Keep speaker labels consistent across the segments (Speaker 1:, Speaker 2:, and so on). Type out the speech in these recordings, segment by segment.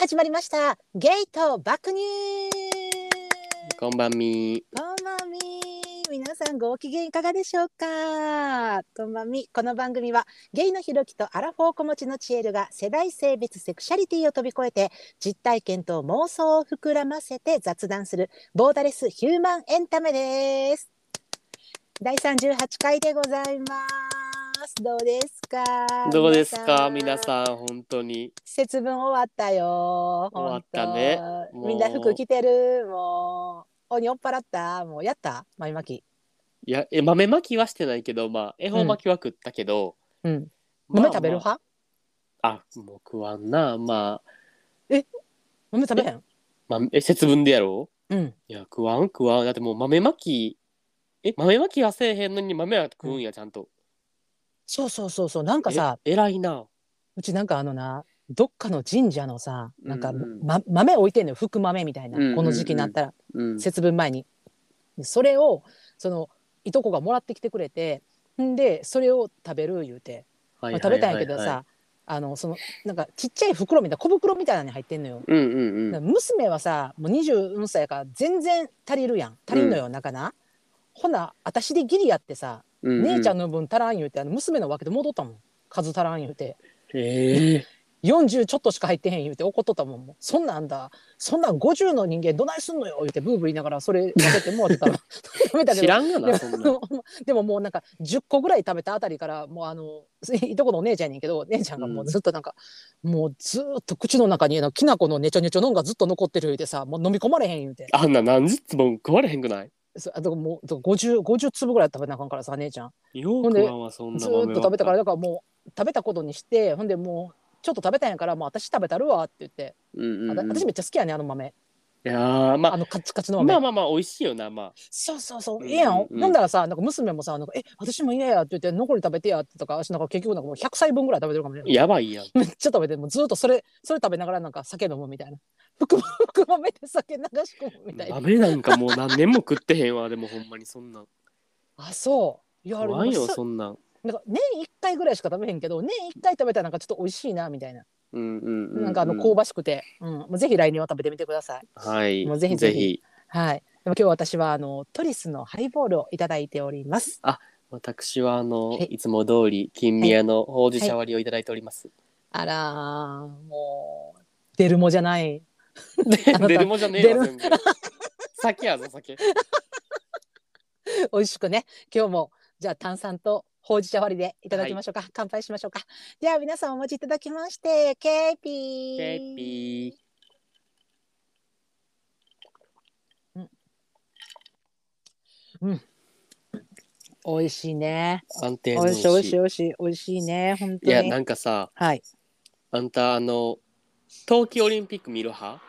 Speaker 1: 始まりました。ゲイと爆乳。
Speaker 2: こんばんみ。
Speaker 1: こんばんみ。皆さんご機嫌いかがでしょうか。こんばんみ。この番組はゲイのひろきとアラフォー子持ちのチエルが世代性別セクシャリティを飛び越えて実体験と妄想を膨らませて雑談するボーダレスヒューマンエンタメです。第三十八回でございます。どうですか。
Speaker 2: どうですか、
Speaker 1: 皆
Speaker 2: 皆
Speaker 1: さん
Speaker 2: さん、本当に。
Speaker 1: 節分終わったよ。
Speaker 2: 終わったね
Speaker 1: 本当
Speaker 2: もう
Speaker 1: みんな服着てる。もう。鬼酔っ払った。もうやった。豆まき。
Speaker 2: いや、え、豆まきはしてないけど、まあ、恵方巻きは食ったけど。
Speaker 1: うん。
Speaker 2: ま
Speaker 1: 豆
Speaker 2: あ
Speaker 1: 食べる派。
Speaker 2: まあ、あ、もう食わんな、まあ、
Speaker 1: 豆食べへん。
Speaker 2: まあ、え、節分でやろ
Speaker 1: うん。
Speaker 2: う。いや、食わん、食わん、だって、もう豆まき。え、豆まきはせえへんのに、豆は食うんや、ちゃんと。
Speaker 1: そうそうそうそう。なんかさ、
Speaker 2: えらいな。
Speaker 1: うちなんかあのな。どっかの神社のさ、なんか、
Speaker 2: うんうん
Speaker 1: ま、豆置いてんのよ。福豆みたいな。
Speaker 2: うんうんうん
Speaker 1: この時期になったら、
Speaker 2: うん。
Speaker 1: 節分前に。でそれを、その、いとこがもらってきてくれて。んで、それを食べる言うて。
Speaker 2: はい
Speaker 1: ま
Speaker 2: は
Speaker 1: あ
Speaker 2: い
Speaker 1: 食べたんやけど
Speaker 2: はいは
Speaker 1: さあのそのなんかちっちゃい袋みたいな小袋みたいなのに入ってんのよ。
Speaker 2: い。うんうんう
Speaker 1: だ
Speaker 2: ん。
Speaker 1: から娘はさもう24歳やから全然足りるやん足りんのよ、なかな。ほな私でギリやってさ、
Speaker 2: うんう
Speaker 1: 姉ちゃん。の分足らん言うてあの娘の分けて戻ったもん数足らん言うて
Speaker 2: ええ。
Speaker 1: 40ちょっとしか入ってへん言うて怒っとったもんもうそんなんあんだそんなん50の人間どないすんのよ言うてブーブー言いながらそれ分けてもらって たら食べたけど
Speaker 2: 知らんが
Speaker 1: で
Speaker 2: な、
Speaker 1: も
Speaker 2: そんな。
Speaker 1: でももうなんか10個ぐらい食べたあたりからもうあの いとこのお姉ちゃんやねんけどお姉ちゃんがもうずっとなんか、もうずーっと口の中にあのきな粉のねちょねちょのんがずっと残ってる言うてさもう飲み込まれへん言うて
Speaker 2: あんな、何十つも食われへんくない。
Speaker 1: そあともうと 50, 50粒ぐらい食べなあかんからさ姉ちゃん
Speaker 2: よう
Speaker 1: ほんで
Speaker 2: 食わんわ、そんな。。
Speaker 1: ずーっと食べたかららだからもう食べたことにしてほんでもうちょっと食べたんやからもう私食べたるわって言って、
Speaker 2: うん
Speaker 1: あ
Speaker 2: うん
Speaker 1: た
Speaker 2: うん。
Speaker 1: 私めっちゃ好きやねあの豆
Speaker 2: いやー、まあ
Speaker 1: あ。のカチカチの豆、
Speaker 2: まあまあまあ美味しいよなまあ
Speaker 1: そうそうそうう、
Speaker 2: ん
Speaker 1: いいやん。
Speaker 2: うん
Speaker 1: ほんだらさ、なんか娘もさ、なんか、え、私も嫌やって言って、残り食べてやってとか、私なんか結局なんかもう100歳分ぐらい食べてるかもね。
Speaker 2: やば いやん
Speaker 1: めっちゃ食べて、もうずっとそれ、それ食べながらなんか酒飲むみたいな。 福豆福豆で酒流し込むみたいな。
Speaker 2: 豆なんかもう何年も食ってへんわでもほんまにそんなん
Speaker 1: あ、そう。いや、あれ
Speaker 2: 怖いよ
Speaker 1: そ
Speaker 2: そんなん
Speaker 1: なんか年1回ぐらいしか食べへんけど、年1回食べたらなんかちょっと美味しいな、みたいな。
Speaker 2: うんうんうう
Speaker 1: なんかあの、香ばしくて。うん。もうぜひ来年は食べてみてください。
Speaker 2: はい
Speaker 1: もうぜ
Speaker 2: ぜ
Speaker 1: ひ
Speaker 2: ひ
Speaker 1: ぜ
Speaker 2: ぜ
Speaker 1: ひ
Speaker 2: ひ
Speaker 1: はい。でも今日私は、あの、トリスのハイボールをいただいております。
Speaker 2: 私はあの
Speaker 1: はい
Speaker 2: いつも通り金宮のほうじ茶割りをいただいております、
Speaker 1: あらー、もう、デルモじゃない。あなた
Speaker 2: で出るもんじゃねえわ
Speaker 1: 出
Speaker 2: 全然酒やぞ 酒
Speaker 1: 美味しくね今日もじゃあ炭酸とほうじ茶割りでいただきましょうか、乾杯しましょうかでは皆さんお持ちいただきましてケーピー
Speaker 2: ケーピ
Speaker 1: 美味しいね
Speaker 2: ー安定
Speaker 1: 美
Speaker 2: の
Speaker 1: 味しい美味しい美味しい美味しいね本当
Speaker 2: い
Speaker 1: に
Speaker 2: やなんかさ
Speaker 1: はい
Speaker 2: あんたあの冬季オリンピック見る派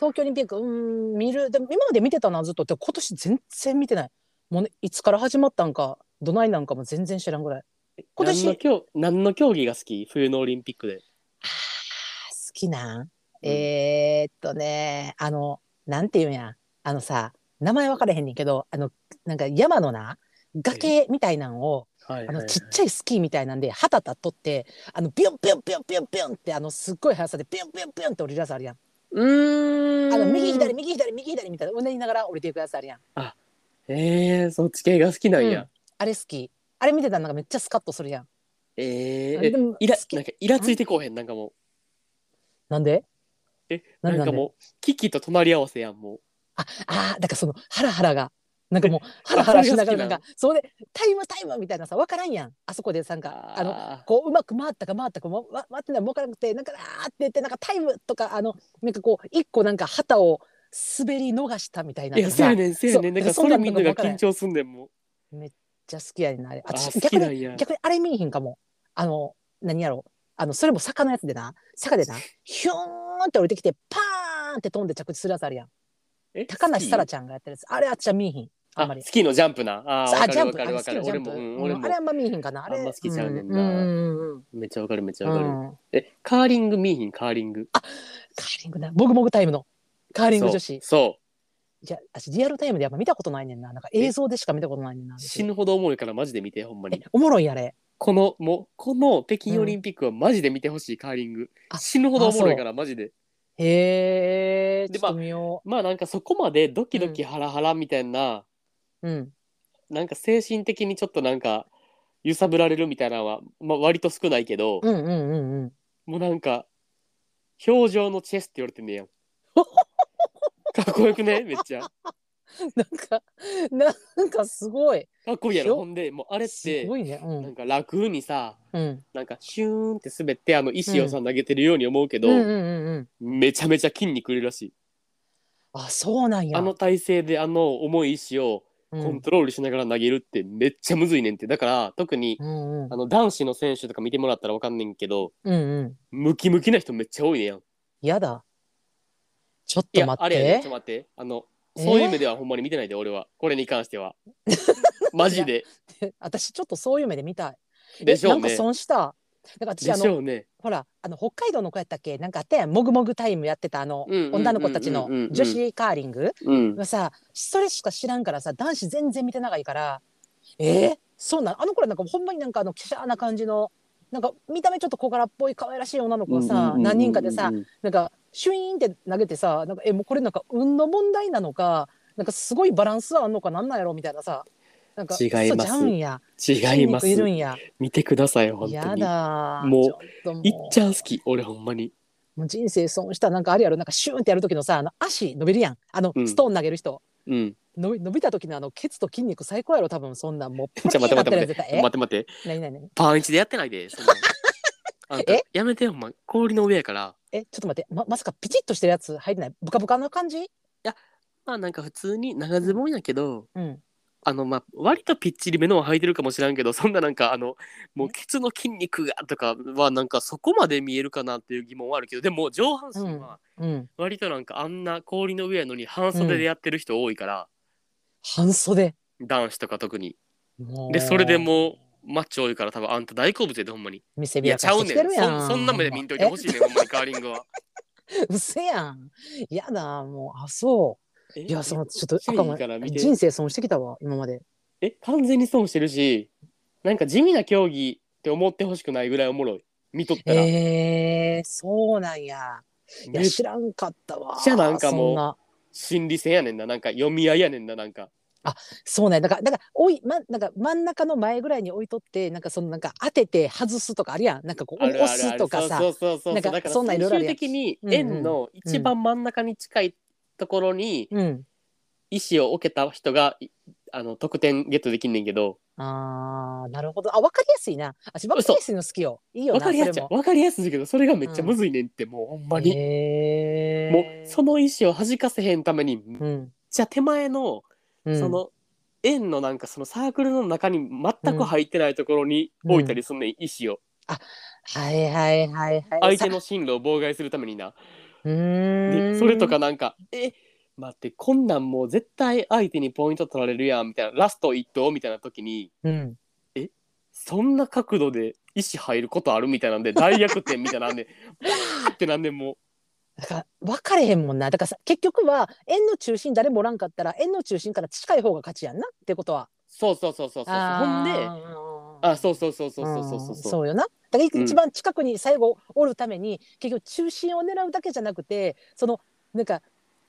Speaker 1: 東京オリンピックうーん見るでも今まで見てたなずっとで今年全然見てないもう、ね、いつから始まったんかどないなんかも全然知らんぐらい今年
Speaker 2: 何の競何の競技が好き冬のオリンピックで
Speaker 1: 好きなんえー、っとねあのなんていうんやあのさ名前分からへんねんけどあのなんか山のな崖みたいなんを
Speaker 2: はい
Speaker 1: あのちっ
Speaker 2: ゃ
Speaker 1: ちゃいスキーみたいなんで旗立っとってあのビュンビュンビュンビュンビュンってあのすっごい速さでビュンビュンビュンって降りるやつあるやん
Speaker 2: うーん
Speaker 1: あの右左右左右左みたいなうねりながら降りていくやつあるやん
Speaker 2: えー、そっち系が好きなんや。
Speaker 1: うんあれ好きあれ見てたらなんかめっちゃスカッとするやん
Speaker 2: えー、
Speaker 1: で
Speaker 2: え
Speaker 1: も
Speaker 2: イラ
Speaker 1: 好き
Speaker 2: なんかイラついてこうへんなんかもう
Speaker 1: なんで
Speaker 2: え
Speaker 1: な
Speaker 2: なん
Speaker 1: で
Speaker 2: んかもう危機と隣り合わせやんもう
Speaker 1: ああーだからそのハラハラがなんかもう ハラハラしながらなんかそれでタイムタイムみたいなさ分からんやんあそこでなんかあの
Speaker 2: あ
Speaker 1: こううまく回ったか回ったかもわ回ってないもうからなくてなんかあーって言ってなんかタイムとかあのなんかこう一個なんか旗を滑り逃したみたいないの
Speaker 2: や
Speaker 1: が
Speaker 2: せやねんせやねん
Speaker 1: そ
Speaker 2: な
Speaker 1: うん
Speaker 2: かそれみんな
Speaker 1: そんなんとか
Speaker 2: が
Speaker 1: もわからん
Speaker 2: 緊張すんねんもう
Speaker 1: じゃ好きやねんなあれ
Speaker 2: あ
Speaker 1: 私
Speaker 2: 好
Speaker 1: 逆
Speaker 2: きな
Speaker 1: に
Speaker 2: んや
Speaker 1: 逆にあれ見えへんかもあの何やろあのそれも坂のやつでな坂でなヒューンって降りてきてパーンって飛んで着地するやつあるやん
Speaker 2: え
Speaker 1: 高梨沙羅
Speaker 2: ち
Speaker 1: ちゃんがやってるやつあれあっちは見えへんあ
Speaker 2: ゃ
Speaker 1: んまり
Speaker 2: スキーのジャンプなあー
Speaker 1: あ
Speaker 2: わ
Speaker 1: ジャン
Speaker 2: か
Speaker 1: プあ
Speaker 2: る
Speaker 1: の好
Speaker 2: わ
Speaker 1: きなジ
Speaker 2: かるわか
Speaker 1: ャ
Speaker 2: る
Speaker 1: ンプ、う
Speaker 2: 俺も、うん、俺
Speaker 1: ん、あれあ
Speaker 2: も
Speaker 1: んま見えへんかなあれ
Speaker 2: あんま好きちゃうねんな
Speaker 1: うんうんうん
Speaker 2: めっちゃわかるめっちゃ
Speaker 1: う
Speaker 2: わかる、
Speaker 1: んうん
Speaker 2: えカーリング見えひんカーリング
Speaker 1: カーリングなもぐもぐタイムのカーリング女子
Speaker 2: そう
Speaker 1: じゃあ私リアルタイムでやっぱ見たことないねんななんか映像でしか見たことないねんな
Speaker 2: そう
Speaker 1: 私
Speaker 2: 死ぬほど重いからマジで見てほんま
Speaker 1: え
Speaker 2: に
Speaker 1: おもろいあれ
Speaker 2: このもうこの北京オリンピックはマジで見てほしい、カーリング
Speaker 1: あ
Speaker 2: 死ぬほどおもろいからマジで
Speaker 1: へえ。
Speaker 2: で
Speaker 1: ちょっと見よ
Speaker 2: まあなんかそこまでドキドキハラハラみたいな、
Speaker 1: う。うん。
Speaker 2: なんか精神的にちょっとなんか揺さぶられるみたいなのは、まあ、割と少ないけど、
Speaker 1: うんうんうんうん。
Speaker 2: もうなんか表情のチェスって言われてん ねやん。かっこよくねめっちゃ。
Speaker 1: なんか、なんかすごい。
Speaker 2: かっこいいやろ。
Speaker 1: ひょ
Speaker 2: ほんでもうあれっ
Speaker 1: す
Speaker 2: て
Speaker 1: ごいね。う
Speaker 2: なん
Speaker 1: ん。
Speaker 2: か楽にさ
Speaker 1: うん。
Speaker 2: なんかシューンって滑ってあの石をさ投げてるように思うけど、
Speaker 1: うんうんうんうん。
Speaker 2: めちゃめちゃ筋肉いるらしい。
Speaker 1: あ、そうなんや。
Speaker 2: あの体勢であの重い石を
Speaker 1: う
Speaker 2: コン
Speaker 1: ん、
Speaker 2: トロールしながら投げるってめっちゃむずいねんって。だから特に
Speaker 1: うんうん
Speaker 2: あ。の男子の選手とか見てもらったらわかんねんけど、
Speaker 1: うんうん。
Speaker 2: ムキムキな人めっちゃ多いねやん。
Speaker 1: やだ。ちょっ
Speaker 2: い
Speaker 1: と
Speaker 2: や、
Speaker 1: 待
Speaker 2: あ
Speaker 1: っ
Speaker 2: れやね、ちょってと。待って。あの、
Speaker 1: えー
Speaker 2: そういう目ではほんまに見てないで、俺は。これに 関しては。マジで。
Speaker 1: 私ちょっとそういう目で見たい。
Speaker 2: でしょ
Speaker 1: え
Speaker 2: う
Speaker 1: なんか
Speaker 2: ね。
Speaker 1: 損した。なんか私
Speaker 2: で
Speaker 1: あ
Speaker 2: し
Speaker 1: の
Speaker 2: ょうね。
Speaker 1: ほらあの北海道の子やったっけなんかあったやんもぐもぐタイムやってたあの
Speaker 2: うんうんうんうんうん
Speaker 1: 女の子たちの女子カーリング
Speaker 2: うん。
Speaker 1: がさそれしか知らんからさ男子全然見てないからえー、そうなんあの子らなんかほんまになんかあの華奢な感じのなんか見た目ちょっと小柄っぽい可愛らしい女の子をさ何人かでさ
Speaker 2: うんうん
Speaker 1: なんかシュイーンって投げてさなんかえもうこれなんか運の問題なのかなんかすごいバランスはあんのかなんなんやろみたいなさなんか
Speaker 2: 違います
Speaker 1: そうちゃうんや
Speaker 2: 違います
Speaker 1: 筋肉いる。んや
Speaker 2: 見てください、本当
Speaker 1: や
Speaker 2: に。
Speaker 1: だー
Speaker 2: もう
Speaker 1: ちょっともう
Speaker 2: いっちゃん好き、俺ほんまに。
Speaker 1: もう人生損したなんかあれやろなんかシューンってやる時のさあの足伸びるやんあの
Speaker 2: うん
Speaker 1: ストーン投げる人、
Speaker 2: うん。
Speaker 1: 伸び伸びた時のあのケツと筋肉最高やろ多分そんなんもう
Speaker 2: ちょ、待って待って待って。
Speaker 1: 絶対
Speaker 2: 待って待って。
Speaker 1: え何何何
Speaker 2: パンイチでやってないで。そんなん あんた
Speaker 1: え
Speaker 2: やめてよ、お前。氷の上やから。
Speaker 1: えちょっと待ってままさかピチッとしてるやつ入ってないブカブカな感じ
Speaker 2: まあなんか普通に長ズボンやけど、
Speaker 1: うん
Speaker 2: あのまあ割とぴっちり目のは履いてるかもしらんけどそんななんかあのもうケツの筋肉がとかはなんかそこまで見えるかなっていう疑問はあるけどでも上半身は
Speaker 1: うん
Speaker 2: 割となんかあんな氷の上やのに半袖でやってる人多いから、
Speaker 1: 半袖
Speaker 2: 男子とか特に
Speaker 1: もう
Speaker 2: でそれでもうマッチ多いから多分あんた大好物やでほんまに
Speaker 1: 見せ
Speaker 2: い
Speaker 1: び
Speaker 2: や
Speaker 1: ら
Speaker 2: ち
Speaker 1: か
Speaker 2: ゃ
Speaker 1: し
Speaker 2: う
Speaker 1: てき
Speaker 2: ね
Speaker 1: て
Speaker 2: ん
Speaker 1: るやん
Speaker 2: そんそんな目で見んといてほしいねんほんまにカーリングは
Speaker 1: えうせやんやだもうあそう いやそのちょっと
Speaker 2: めっちゃいいから
Speaker 1: あかん
Speaker 2: 見て
Speaker 1: 人生損してきたわ今まで
Speaker 2: え完全に損してるしなんか地味な競技って思ってほしくないぐらいおもろい見とったら、
Speaker 1: えー、そうなんやい
Speaker 2: め
Speaker 1: や
Speaker 2: っ
Speaker 1: 知らんかったわ
Speaker 2: じゃなんかもう
Speaker 1: そんな
Speaker 2: 心理戦やねんななんか読み合いやねんななんか
Speaker 1: そうね、だから、だから、おい、ま、なんか真ん中の前ぐらいに置いとって、なんかそのなんか当てて外すとかあるやん、なんかこう
Speaker 2: あるあるあ
Speaker 1: 押
Speaker 2: る
Speaker 1: すとかさ。
Speaker 2: そうそうそうそう
Speaker 1: なんか
Speaker 2: だから
Speaker 1: そんなんいろいろある
Speaker 2: 最
Speaker 1: やん
Speaker 2: 終的に
Speaker 1: うんうん
Speaker 2: 円の一番真ん中に近いところに
Speaker 1: うん。
Speaker 2: 石を置けた人がいあの得点ゲットできんねんけど
Speaker 1: ああ、なるほど、あ、わかりやすいな。あ、しばらくやすいの好きよ。いいよ
Speaker 2: 分
Speaker 1: な、
Speaker 2: かりやすい
Speaker 1: そ
Speaker 2: わかりやすいけどそれがめっちゃむずいねんって、もうほんま
Speaker 1: れも。
Speaker 2: に、
Speaker 1: へえ。
Speaker 2: もうその石を弾かせへんためにめっ
Speaker 1: うん。
Speaker 2: ちゃ手前の、
Speaker 1: うん。
Speaker 2: その円のなんかそのサークルの中に全く入ってないところに置いたりすんねん、石を
Speaker 1: はいはいはいはい。
Speaker 2: 相手の進路を妨害するためにな。
Speaker 1: うー
Speaker 2: で
Speaker 1: ん。
Speaker 2: それとかなんか「え待ってこんなんもう絶対相手にポイント取られるやん」みたいなラスト一投みたいな時に
Speaker 1: うん。
Speaker 2: そんな角度で石入ることあるみたいなんで大逆転みたいなんで 「わーってなんでも
Speaker 1: だから分かれへんもんな。だからさ結局は円の中心誰もおらんかったら円の中心から近い方が勝ちやんなってことは。
Speaker 2: そうそうそうそうそうほんで
Speaker 1: ほ
Speaker 2: あそうそうそうそうそうそう
Speaker 1: うん
Speaker 2: そうそう
Speaker 1: そうよなだから
Speaker 2: うん
Speaker 1: 一番近くに最後おるために、結局中心を狙うだけじゃなくてそのなんか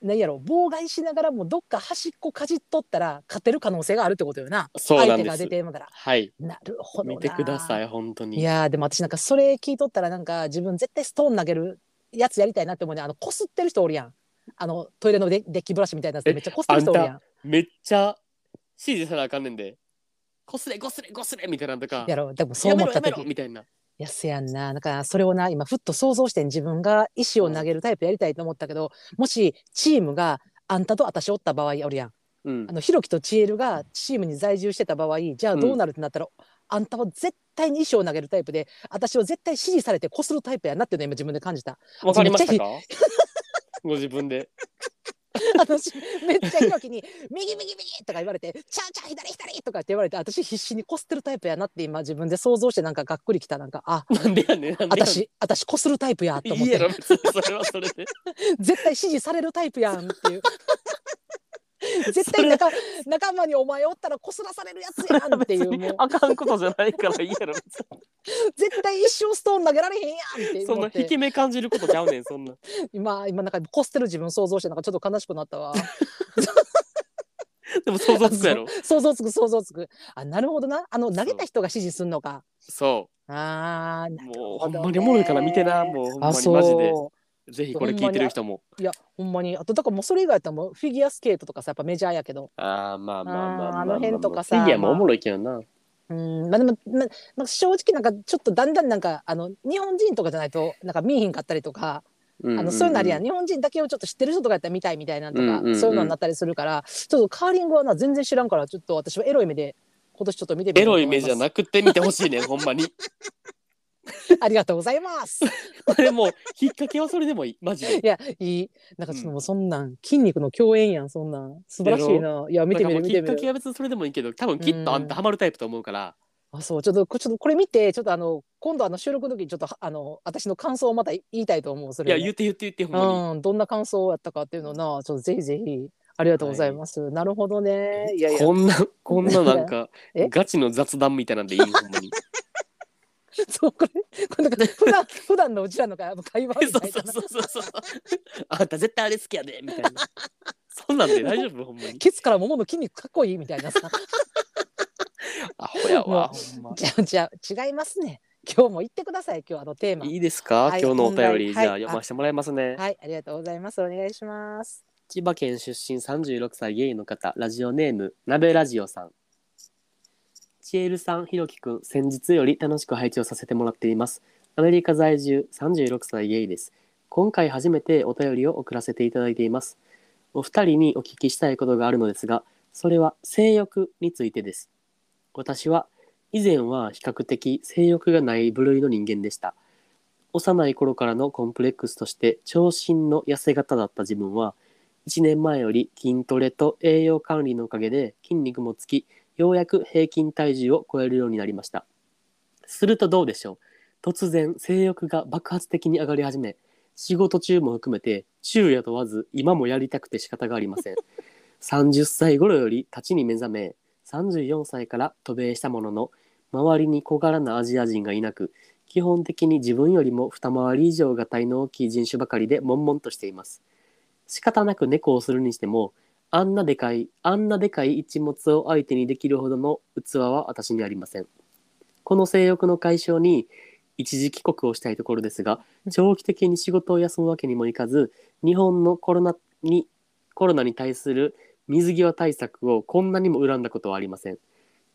Speaker 1: 何やろ妨害しながらもどっか端っこかじっとったら勝てる可能性があるってことよな
Speaker 2: そうな
Speaker 1: 相
Speaker 2: ん
Speaker 1: 手
Speaker 2: で
Speaker 1: が
Speaker 2: す
Speaker 1: 出てまから
Speaker 2: はい
Speaker 1: なるほどな
Speaker 2: 見てくださ
Speaker 1: い
Speaker 2: い本当
Speaker 1: い
Speaker 2: に
Speaker 1: やーでも私なんかそれ聞いとったらなんか自分絶対ストーン投げるやつやりたいなって思うねあのこすってる人おるやんあのトイレのデデッキブラシみたいなやつでめっちゃこすってる人おるやん
Speaker 2: めっちゃ指示せなあかんねんで「こすれこすれこすれ」みたいなのとか
Speaker 1: やろでもそう
Speaker 2: や
Speaker 1: 思
Speaker 2: め
Speaker 1: っ
Speaker 2: ろ
Speaker 1: た
Speaker 2: やめ
Speaker 1: 時
Speaker 2: ろみたいな
Speaker 1: やせやんな。だからそれをな、今ふっと想像してん自分が石を投げるタイプやりたいと思ったけど、もしチームがあんたと私おった場合おるやん。
Speaker 2: うん
Speaker 1: あの、ひろきとちえるがチームに在住してた場合、じゃあどうなるってなったら、あんたは絶対に石を投げるタイプで、私は絶対指示されてこするタイプやなっていうのを今自分で感じた。
Speaker 2: わかりましたかご自分で
Speaker 1: 私、めっちゃひろきに、右右右とか言われて、ちゃうちゃう左左とかって言われて、私必死にこすってるタイプやなって今自分で想像してなんかがっくりきた。なんか、あ、
Speaker 2: なんでやねん。なんでやねん
Speaker 1: 私、私こするタイプやと思っ
Speaker 2: いい
Speaker 1: て
Speaker 2: や。ろ、別にそれはそれで。
Speaker 1: 絶対支持されるタイプやんっていう。 絶対仲仲間にお前おったらこすらされるやつやんってい
Speaker 2: 別
Speaker 1: う
Speaker 2: に
Speaker 1: もう
Speaker 2: あかんことじゃないからいいやろ別に
Speaker 1: 絶対一生ストーン投げられへんやんって
Speaker 2: そん
Speaker 1: 思
Speaker 2: な
Speaker 1: っ
Speaker 2: 引
Speaker 1: て
Speaker 2: け目感じることちゃうねんそんな
Speaker 1: 今今なんかこすってる自分想像してなんかちょっと悲しくなったわ
Speaker 2: でも想像つくやろ
Speaker 1: 想像つく想像つくあなるほどなあの投げた人が指示すんのか
Speaker 2: そ
Speaker 1: あー
Speaker 2: う
Speaker 1: なる
Speaker 2: もう
Speaker 1: ほ
Speaker 2: ほん
Speaker 1: どね
Speaker 2: まにおもろいから見てなもうほんま
Speaker 1: あ
Speaker 2: にマジで
Speaker 1: そ
Speaker 2: ぜひこれ聞いてる人も
Speaker 1: ういやほんまにあとだからもうそれ以外やったらもうフィギュアスケートとかさやっぱメジャーやけど
Speaker 2: あーまあまあまあまあま
Speaker 1: あーあの辺とかさ
Speaker 2: フィギュアもおもろいけどな
Speaker 1: うんまあでも、ままあ、正直なんかちょっとだんだんなんかあの日本人とかじゃないとなんか見えへんかったりとか
Speaker 2: うん
Speaker 1: あのそういうのあるやん
Speaker 2: ね
Speaker 1: 日本人だけをちょっと知ってる人とかやったら見たいみたいなとか、
Speaker 2: うんうんうん
Speaker 1: そういうのになったりするからちょっとカーリングはな全然知らんからちょっと私はエロい目で今年ちょっと見てみ
Speaker 2: エ
Speaker 1: よう
Speaker 2: ロ
Speaker 1: と
Speaker 2: い
Speaker 1: 思
Speaker 2: 目
Speaker 1: います
Speaker 2: じゃなくて見てほしいねんほんまに
Speaker 1: ありがとうござい ます
Speaker 2: でも引っ掛けはそれでもいいマジで
Speaker 1: いやいいなんかちょっともうそんなん筋肉の共演やんそんなん素晴らしいないや見てみる
Speaker 2: なん
Speaker 1: 見
Speaker 2: かもうき
Speaker 1: て
Speaker 2: っ
Speaker 1: み
Speaker 2: か
Speaker 1: る
Speaker 2: けは別にそれでもいいけど多分きっとあんたハマるタイプと思うから
Speaker 1: あそうちょっとこちょっとこれ見てちょっとあの今度あの収録の時にちょっとあの私の感想をまた言いたいと思うそ
Speaker 2: い
Speaker 1: れ
Speaker 2: や
Speaker 1: を
Speaker 2: 言って言って言ってほんまに
Speaker 1: うん、どんな感想やったかっていうのをなちょっとぜひぜひありがとうございます、なるほどねいやいや
Speaker 2: こんな こんななんか
Speaker 1: え
Speaker 2: ガチの雑談みたいなんでいいほんまに
Speaker 1: そうこれこれなんか普段普段のうちらの会会話み
Speaker 2: そ
Speaker 1: た
Speaker 2: う
Speaker 1: い
Speaker 2: そ
Speaker 1: な
Speaker 2: うそうそうそう あんた絶対あれ好きやでみたい なそんなんで大丈夫ほんまに
Speaker 1: ケツからももの筋肉かっこいいみたいなさ
Speaker 2: アホや
Speaker 1: まあ
Speaker 2: わほ んま
Speaker 1: じゃあじゃあ違いますね今日も言ってください今日あのテーマ
Speaker 2: いいですか、
Speaker 1: はい
Speaker 2: 今日のお便り、
Speaker 1: 本題
Speaker 2: じゃあ
Speaker 1: はい
Speaker 2: 読ませてもらいますね、
Speaker 1: はいありがとうございますお願いします
Speaker 2: 千葉県出身36歳ゲイの方ラジオネーム鍋ラジオさんチエルさんひろきくん先日より楽しく配置をさせてもらっていますアメリカ在住36歳ゲイです今回初めてお便りを送らせていただいていますお二人にお聞きしたいことがあるのですがそれは性欲についてです私は以前は比較的性欲がない部類の人間でした幼い頃からのコンプレックスとして長身の痩せ型だった自分は1年前より筋トレと栄養管理のおかげで筋肉もつきようやく平均体重を超えるようになりましたするとどうでしょう突然性欲が爆発的に上がり始め仕事中も含めて昼夜問わず今もやりたくて仕方がありません30歳頃より立ちに目覚め34歳から渡米したものの周りに小柄なアジア人がいなく基本的に自分よりも二回り以上が体の大きい人種ばかりで悶々としています仕方なく猫をするにしてもあんなでかいあんなでかい一物を相手にできるほどの器は私にありませんこの性欲の解消に一時帰国をしたいところですが長期的に仕事を休むわけにもいかず日本のコロナにコロナに対する水際対策をこんなにも恨んだことはありません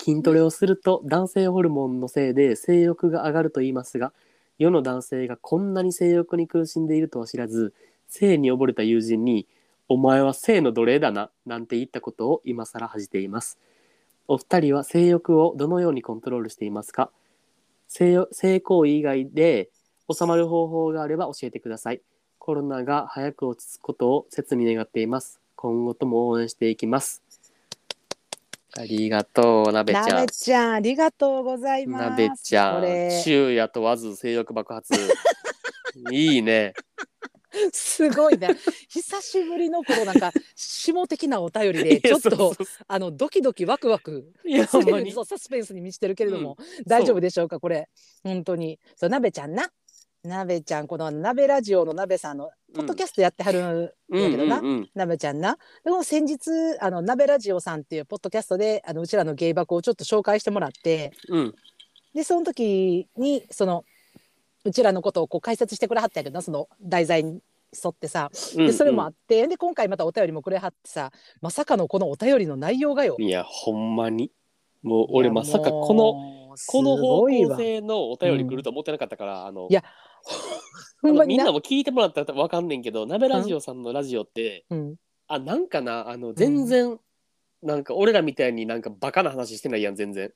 Speaker 2: 筋トレをすると男性ホルモンのせいで性欲が上がると言いますが世の男性がこんなに性欲に苦しんでいるとは知らず性に溺れた友人に「お前は性の奴隷だな」なんて言ったことを今更恥じていますお二人は性欲をどのようにコントロールしていますか性欲性行為以外で収まる方法があれば教えてくださいコロナが早く落ち着くことを切に願っています今後とも応援していきますありがとうなべちゃん
Speaker 1: なべちゃんありがとうございます
Speaker 2: なべちゃ
Speaker 1: こ
Speaker 2: ん、
Speaker 1: れ
Speaker 2: 昼夜問わず性欲爆 発。いいね。
Speaker 1: すごいね久しぶりのこのなんか下的なお便りでちょっ
Speaker 2: いやそ
Speaker 1: と
Speaker 2: うそうそ
Speaker 1: あのドキドキワクワク
Speaker 2: う いや、ほんまに。
Speaker 1: そうサスペンスに満ちてるけれども、
Speaker 2: ん
Speaker 1: 大丈夫でしょうかこれ本当にそう鍋ちゃんな鍋ちゃんこの鍋ラジオの鍋さんのポッドキャストやってはる、
Speaker 2: うん
Speaker 1: やけどな
Speaker 2: うんうんうん
Speaker 1: 鍋ちゃんなでも先日あの鍋ラジオさんっていうポッドキャストであのうちらの芸箱をちょっと紹介してもらって
Speaker 2: うん。
Speaker 1: でその時にそのうちらのことをこう解説してくれはったんやけどなその題材に沿ってさ
Speaker 2: うん
Speaker 1: でそれもあって、で今回またお便りもくれはってさまさかのこのお便りの内容がよ
Speaker 2: うんいや、ほんまに。もう、俺、まさか、この。
Speaker 1: の
Speaker 2: この方向
Speaker 1: いわ
Speaker 2: 性のお便り来ると思ってなかったから、あの。
Speaker 1: いや
Speaker 2: あ
Speaker 1: ほん
Speaker 2: の
Speaker 1: ま
Speaker 2: み
Speaker 1: に
Speaker 2: ん
Speaker 1: な
Speaker 2: なも聞いてもらったら、わかんねんけど、鍋ラジオさんのラジオって。
Speaker 1: うん、
Speaker 2: あ、なんかな、あの、全然。なんか、俺らみたいになんか、バカな話してないやん、全然。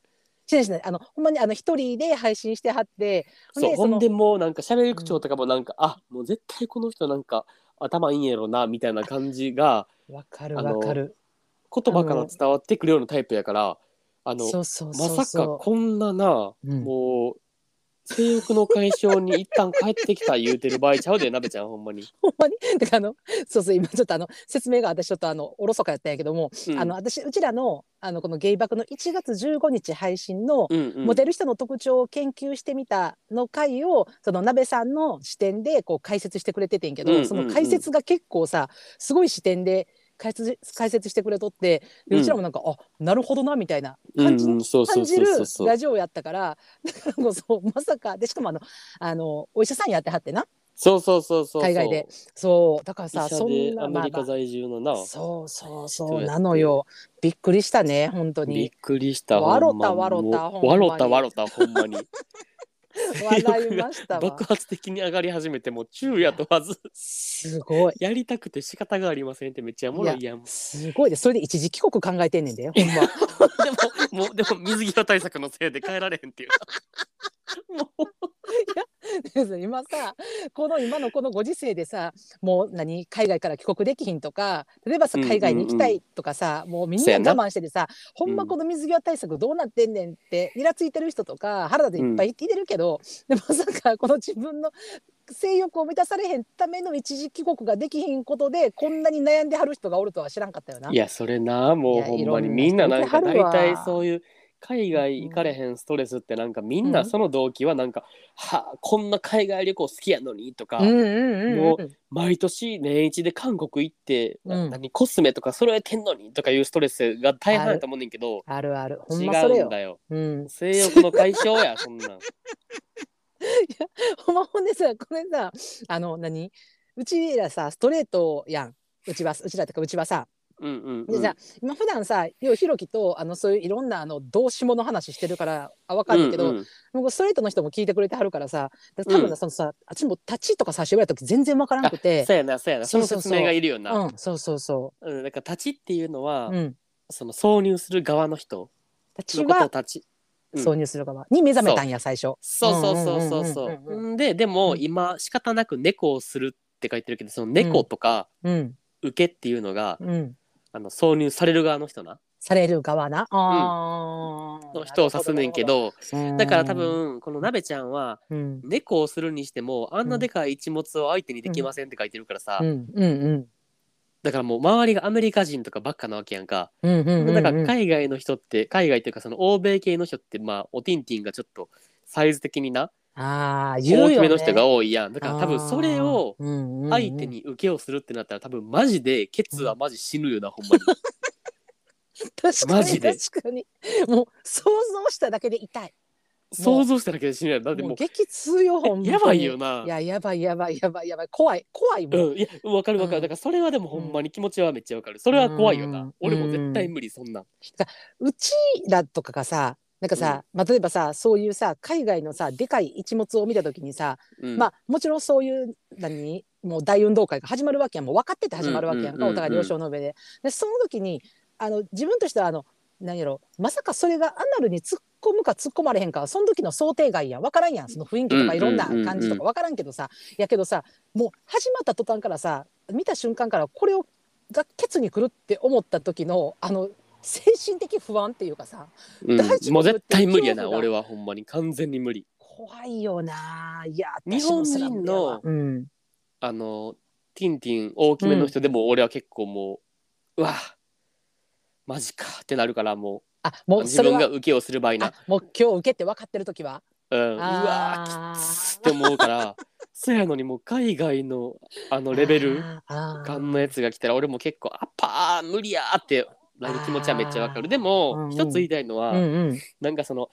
Speaker 1: しないしないあのほんまにあの一人で配信してはってほん
Speaker 2: そう
Speaker 1: で
Speaker 2: ほ
Speaker 1: その
Speaker 2: んでもうなんか喋り口調とかもなんか、あもう絶対この人なんか頭いいんやろなみたいな感じが
Speaker 1: わかる
Speaker 2: あの
Speaker 1: わかる
Speaker 2: 言葉から伝わってくるようなタイプやからあの
Speaker 1: そうそうそうそう
Speaker 2: まさかこんなな、
Speaker 1: うん
Speaker 2: もう性欲の解消に一旦帰ってきた言うてる場合ちゃうで、なべちゃん、ほんまに。
Speaker 1: ほんまにだからあのそうそう今ちょっとあの説明が私ちょっとあのおろそかやったんやけども、
Speaker 2: うん
Speaker 1: あの、私うちらのあのこの「ゲイバク」の1月15日配信の
Speaker 2: うんうん、
Speaker 1: モデル人の特徴を研究してみたの回をその鍋さんの視点でこう解説してくれててんけど、
Speaker 2: うんうんうん
Speaker 1: その解説が結構さすごい視点で解説解説してくれとってで
Speaker 2: うん
Speaker 1: うちらもなんか、あなるほどなみたいな
Speaker 2: うん
Speaker 1: 感じ,、
Speaker 2: うん、そうそ
Speaker 1: 感
Speaker 2: う
Speaker 1: じ
Speaker 2: そう
Speaker 1: る
Speaker 2: そうそう
Speaker 1: ラ。ジオやったからだからこそまさかでしかもあのあのお医者さんやってはってな
Speaker 2: そうそうそうそう。
Speaker 1: 海外で。そうだから
Speaker 2: 医者
Speaker 1: さそん
Speaker 2: で
Speaker 1: な
Speaker 2: アメ
Speaker 1: ま
Speaker 2: リ
Speaker 1: あ
Speaker 2: カ
Speaker 1: まあ
Speaker 2: 在住のな。
Speaker 1: そうそう
Speaker 2: 人や
Speaker 1: そう
Speaker 2: って
Speaker 1: なのよびっくりしたね本当
Speaker 2: びっ
Speaker 1: に
Speaker 2: くりした。
Speaker 1: わろ
Speaker 2: ほん
Speaker 1: た
Speaker 2: ま
Speaker 1: わろた
Speaker 2: も
Speaker 1: ほんま
Speaker 2: うわ
Speaker 1: に
Speaker 2: ろたわろたほんまに。
Speaker 1: 笑いましたわ
Speaker 2: 爆発的に上がり始めてもう昼夜問わず
Speaker 1: すごい
Speaker 2: やりたくて仕方がありませんってめっちゃおもろいやん。
Speaker 1: すごいでそれで一時帰国考えてんねん でほんま
Speaker 2: でももうでも水際対策のせいで帰られへん っていう。もう
Speaker 1: 今さこの今のこのご時世でさもう何海外から帰国できひんとか例えばさ
Speaker 2: うんうんうん
Speaker 1: 海外に行きたいとかさ、もうみん
Speaker 2: そう
Speaker 1: な
Speaker 2: やな。
Speaker 1: 我慢しててさほんまこの水際対策どうなってんねんってイラついてる人とか腹立っていっぱい言ってるけど、でもまさかこの自分の性欲を満たされへんための一時帰国ができひんことでこんなに悩んではる人がおるとは知らんかったよない
Speaker 2: やそれなも
Speaker 1: いうや
Speaker 2: ほんまに
Speaker 1: いろんな
Speaker 2: みんななんか
Speaker 1: 人いてはる
Speaker 2: 大
Speaker 1: わ
Speaker 2: 体そういう海外行かれへんストレスってなんかみんなその動機はなんか、はあこんな海外旅行好きやのにとか、
Speaker 1: うんうんうん
Speaker 2: も
Speaker 1: うん
Speaker 2: 毎年年一で韓国行って、
Speaker 1: うん
Speaker 2: 何コスメとか揃えてんのにとかいうストレスが大半やと思うねんけど
Speaker 1: あるあるほん
Speaker 2: 違
Speaker 1: まそれ
Speaker 2: うん
Speaker 1: よ。
Speaker 2: だよ
Speaker 1: うん、
Speaker 2: 性欲の解消やそんな ん
Speaker 1: ほんまほんでさこれさあの何うちらさストレートやんうちはうちらってかうちはさ
Speaker 2: うんうん、う
Speaker 1: で
Speaker 2: ん、
Speaker 1: さ、今普段さようひろきとあのそういういろんなあの動詞もの話してるからあ分かるけど、
Speaker 2: うんうん
Speaker 1: もうストレートの人も聞いてくれてはるからさだから多分
Speaker 2: うん
Speaker 1: なそのさあっちも立ちとか差し言われた時全然分からな
Speaker 2: あ
Speaker 1: くて
Speaker 2: そうやなそうやなその
Speaker 1: そうそう
Speaker 2: 説
Speaker 1: そう
Speaker 2: 明がいるよな
Speaker 1: うんそうそうそ
Speaker 2: うんだから立ちっていうのは、
Speaker 1: う、うん、
Speaker 2: その挿入する側の人
Speaker 1: 立ち
Speaker 2: のこと
Speaker 1: は
Speaker 2: を立ちうん
Speaker 1: 挿入する側に目覚めたんや最初。
Speaker 2: そうそうそうそうそ
Speaker 1: うんうんうんうん
Speaker 2: うででも
Speaker 1: うん
Speaker 2: 今仕方なく猫をするって書いてるけどその猫とか
Speaker 1: うん
Speaker 2: 受けっていうのが、
Speaker 1: うん
Speaker 2: あの挿入される側の人な
Speaker 1: される側な、あー
Speaker 2: の人を指すねんけ、ど
Speaker 1: なるほ
Speaker 2: だから多、分このなべちゃんは
Speaker 1: うん
Speaker 2: 猫をするにしてもあんなでかい一物を相手にできませんって書いてるからさ、
Speaker 1: うんうんうん
Speaker 2: だからもう周りがアメリカ人とかばっかなわけやんか、
Speaker 1: うんうんうんうん
Speaker 2: だから海外の人って海外というかその欧米系の人ってまあおティンティンがちょっとサイズ的にな
Speaker 1: ああ、言
Speaker 2: 大
Speaker 1: う
Speaker 2: き
Speaker 1: よ、ね、
Speaker 2: めの人が多いやんだから多
Speaker 1: あ
Speaker 2: 分
Speaker 1: ー
Speaker 2: それを
Speaker 1: うんうんうん
Speaker 2: 相手に受けをするってなったら多分マジでケツはマジ死ぬよなほ んまに
Speaker 1: 確か
Speaker 2: マ
Speaker 1: に
Speaker 2: ジで
Speaker 1: 確かにもう想像しただけで痛い
Speaker 2: 想像しただけで死ぬやんだって
Speaker 1: も
Speaker 2: も
Speaker 1: う激痛よほんま
Speaker 2: う
Speaker 1: に
Speaker 2: やばいよない
Speaker 1: ややばいやばいやばいやばい怖い怖いもん、
Speaker 2: うん、いやわかるわかる、
Speaker 1: うん
Speaker 2: だからそれはでもほんまに気持ちはめっちゃわかるそれは怖いよな、
Speaker 1: うん
Speaker 2: 俺も絶対無理そんなん
Speaker 1: うちらとかがさなんかさ、まあ、例えばさそういうさ海外のさでかい一物を見た時にさ、
Speaker 2: うん
Speaker 1: まあもちろんそういう何もう大運動会が始まるわけやんもう分かってて始まるわけやんか、
Speaker 2: うんうんうんうん
Speaker 1: お互い了承の上ででその時にあの自分としてはあの何やろまさかそれがアナルに突っ込むか突っ込まれへんかはその時の想定外やん分からんやんその雰囲気とかいろんな感じとか分からんけどさ、やけどさもう始まった途端からさ見た瞬間からこれをがケツに来るって思った時のあの精神的不安っていうかさ
Speaker 2: うん
Speaker 1: 大丈夫
Speaker 2: もう絶対無理やな
Speaker 1: 恐怖
Speaker 2: 俺
Speaker 1: が
Speaker 2: はほんまに完全に無理
Speaker 1: 怖いよないや
Speaker 2: 日本人
Speaker 1: 私もス
Speaker 2: の
Speaker 1: ラムやわうん
Speaker 2: あのティンティン大きめの人でも俺は結構もう、うわマジかってなるからも
Speaker 1: あ
Speaker 2: う
Speaker 1: もう
Speaker 2: 自
Speaker 1: それ
Speaker 2: 分
Speaker 1: は
Speaker 2: が受けをする場合な
Speaker 1: あもう今日受けって分かってる時は
Speaker 2: うん、うわー
Speaker 1: あー
Speaker 2: きっつって思うから そやのにもう海外のあのレベル
Speaker 1: あー
Speaker 2: 感のやつが来たら俺も結構「あっぱー無理や!」ってなる気持ちはめっちゃわ
Speaker 1: あ
Speaker 2: かる
Speaker 1: ー
Speaker 2: で
Speaker 1: うんう
Speaker 2: も
Speaker 1: ん
Speaker 2: 一つ言いたいのは、
Speaker 1: うんうん
Speaker 2: なんかその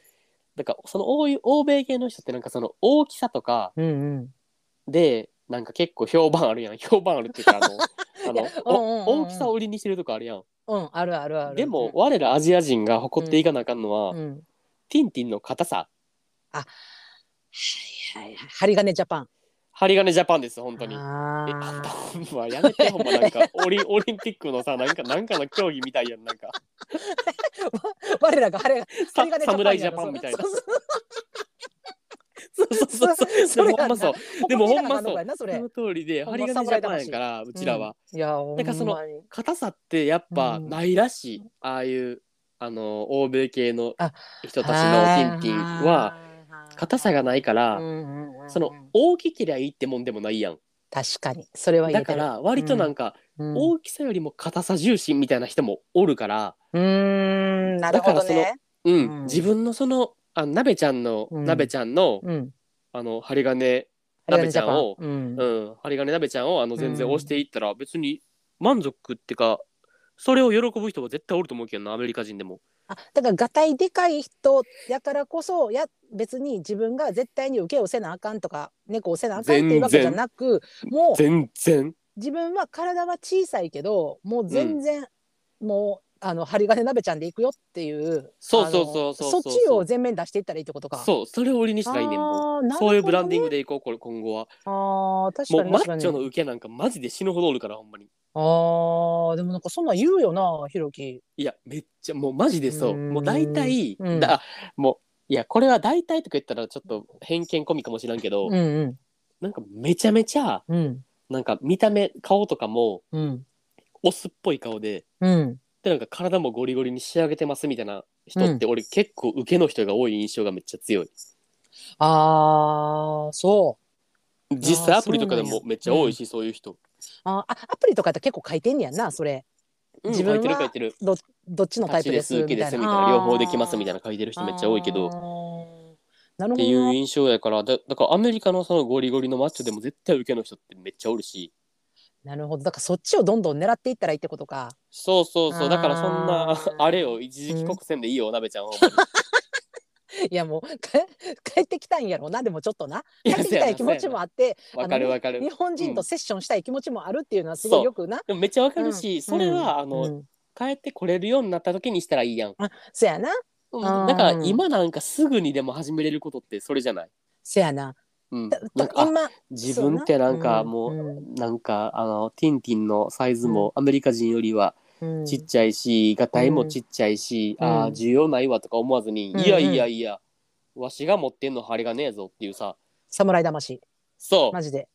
Speaker 2: なんかその欧い欧米系の人ってなんかその大きさとか
Speaker 1: うんうん
Speaker 2: でなんか結構評判あるやん 評判あるっていうか あのあ
Speaker 1: い
Speaker 2: の
Speaker 1: やうんうんうん
Speaker 2: お大きさを売りにしてるとこあるやん
Speaker 1: うんあるあるある
Speaker 2: でも我らアジア人が誇っていかなあかんのは、
Speaker 1: うんうん
Speaker 2: ティンティンの硬さ
Speaker 1: はいはい針金ジャパン
Speaker 2: 針金ジャパンです本当に。えあん
Speaker 1: あ
Speaker 2: たほんまやめてほんまなんかオリ オリンピックのさなんかなんかの競技みたいやんなんか
Speaker 1: ー我らが針が
Speaker 2: さ
Speaker 1: 針金
Speaker 2: 侍ジ
Speaker 1: や
Speaker 2: ャ
Speaker 1: ろ
Speaker 2: パンみたいな
Speaker 1: そうそう
Speaker 2: そうそうそうそう
Speaker 1: それ
Speaker 2: でもほんまそう
Speaker 1: ここ見たらあかのかい
Speaker 2: でもほんまそう
Speaker 1: なそ
Speaker 2: そ
Speaker 1: れ
Speaker 2: の通りで
Speaker 1: ほんま
Speaker 2: 針金ジャパンやからうちらは、
Speaker 1: いやほんま
Speaker 2: なんかその
Speaker 1: に
Speaker 2: 硬さってやっぱ
Speaker 1: うん
Speaker 2: ないらしい、ああいうあの欧米系の
Speaker 1: あ
Speaker 2: 人たちのティンティンは
Speaker 1: はいはい
Speaker 2: 硬さがないから、その大きけりゃいいってもんでもないやん
Speaker 1: 確かにそれは言
Speaker 2: だ
Speaker 1: えて
Speaker 2: か
Speaker 1: る
Speaker 2: ら割となんか
Speaker 1: うん
Speaker 2: 大きさよりも硬さ重視みたいな人もおるから
Speaker 1: うーんなるほどね
Speaker 2: うん、
Speaker 1: うん
Speaker 2: 自分のそのあなべちゃんの、
Speaker 1: うん
Speaker 2: なべちゃんの
Speaker 1: うん
Speaker 2: あの針金
Speaker 1: あれが
Speaker 2: 鍋ちゃんを
Speaker 1: ジャパンうん
Speaker 2: うん、針金なべちゃんをあの全然押していったら別に満足ってかそれを喜ぶ人は絶対おると思うけどなアメリカ人でも
Speaker 1: あだからがたいでかい人やからこそや別に自分が絶対に受けをせなあかんとか猫をせなあかんっていうわけじゃなくもう
Speaker 2: 全然
Speaker 1: 自分は体は小さいけどもう全然、もうあの針金鍋ちゃんでいくよっていう
Speaker 2: そうそうそうそう
Speaker 1: あ
Speaker 2: そ
Speaker 1: の
Speaker 2: う
Speaker 1: そっちを全面に出していったらいいってことか
Speaker 2: そうそれを売りにしたらいいねんもう
Speaker 1: あーなるほどね
Speaker 2: そういうブランディングでいこうこれ今後は
Speaker 1: あー確
Speaker 2: も
Speaker 1: か
Speaker 2: う
Speaker 1: に
Speaker 2: マ
Speaker 1: 確か
Speaker 2: ッ
Speaker 1: に
Speaker 2: チョの受けなんかマジで死ぬほどおるからほんまに
Speaker 1: あーでもなんかそんなん言うよなひろき
Speaker 2: いやめっちゃもうマジでそう
Speaker 1: うーん
Speaker 2: もう大体、
Speaker 1: うん
Speaker 2: だもういやこれは大体とか言ったらちょっと偏見込みかもしらんけど、
Speaker 1: うんうん
Speaker 2: なんかめちゃめちゃ
Speaker 1: うん
Speaker 2: なんか見た目顔とかも
Speaker 1: うん
Speaker 2: オスっぽい顔で
Speaker 1: うん
Speaker 2: でなんか体もゴリゴリに仕上げてますみたいな人って、俺結構受けの人が多い印象がめっちゃ強い
Speaker 1: ああそう
Speaker 2: 実際アプリとかで
Speaker 1: そうなん
Speaker 2: も
Speaker 1: や
Speaker 2: めっちゃ多いしそういう人、
Speaker 1: ああアプリとかやって結構書いてんねやんなそれ
Speaker 2: うん、
Speaker 1: 自分は
Speaker 2: 書いてる書いてる
Speaker 1: どっちのタイプです
Speaker 2: 立ちです受けですみたいな両方できますみたいな書いてる人めっちゃ多いけど
Speaker 1: あ
Speaker 2: っ
Speaker 1: ーなるほ
Speaker 2: ていう
Speaker 1: どな
Speaker 2: 印象やからだだからアメリカのそのゴリゴリのマッチョでも絶対受けの人ってめっちゃおるし
Speaker 1: なるほどだからそっちをどんどん狙っていったらいいってことか
Speaker 2: そうそうそうだからそん
Speaker 1: あ
Speaker 2: な
Speaker 1: ー
Speaker 2: あれを一時帰国せんでいいよ、なべちゃんほんまに
Speaker 1: いやもうか 帰ってきたんやろうなでもちょっとない 帰
Speaker 2: や
Speaker 1: ってきたい気持ちもあって
Speaker 2: そうやなわかるわか
Speaker 1: あの
Speaker 2: る
Speaker 1: 日本人とセッションしたい気持ちもあるっていうのはすご
Speaker 2: そ
Speaker 1: いうよくな、
Speaker 2: でもめっちゃわかるし、それはあの、
Speaker 1: うん
Speaker 2: 帰ってこれるようになった時にしたらいいやん
Speaker 1: そやな
Speaker 2: うんだから今なんかすぐにでも始めれることってそれじゃない、
Speaker 1: そやな
Speaker 2: うん
Speaker 1: だ、
Speaker 2: なんかあ
Speaker 1: 今
Speaker 2: 自分ってなんかもう、
Speaker 1: う
Speaker 2: なんかあのティンティンのサイズもアメリカ人よりは
Speaker 1: ん
Speaker 2: ちっちゃいし、がたいもちっちゃいし、
Speaker 1: うん
Speaker 2: ああ需要ないわとか思わずに、
Speaker 1: うん
Speaker 2: いやいやいやわしが持ってんの針がねえぞっていうさ
Speaker 1: 侍魂
Speaker 2: そう
Speaker 1: マジで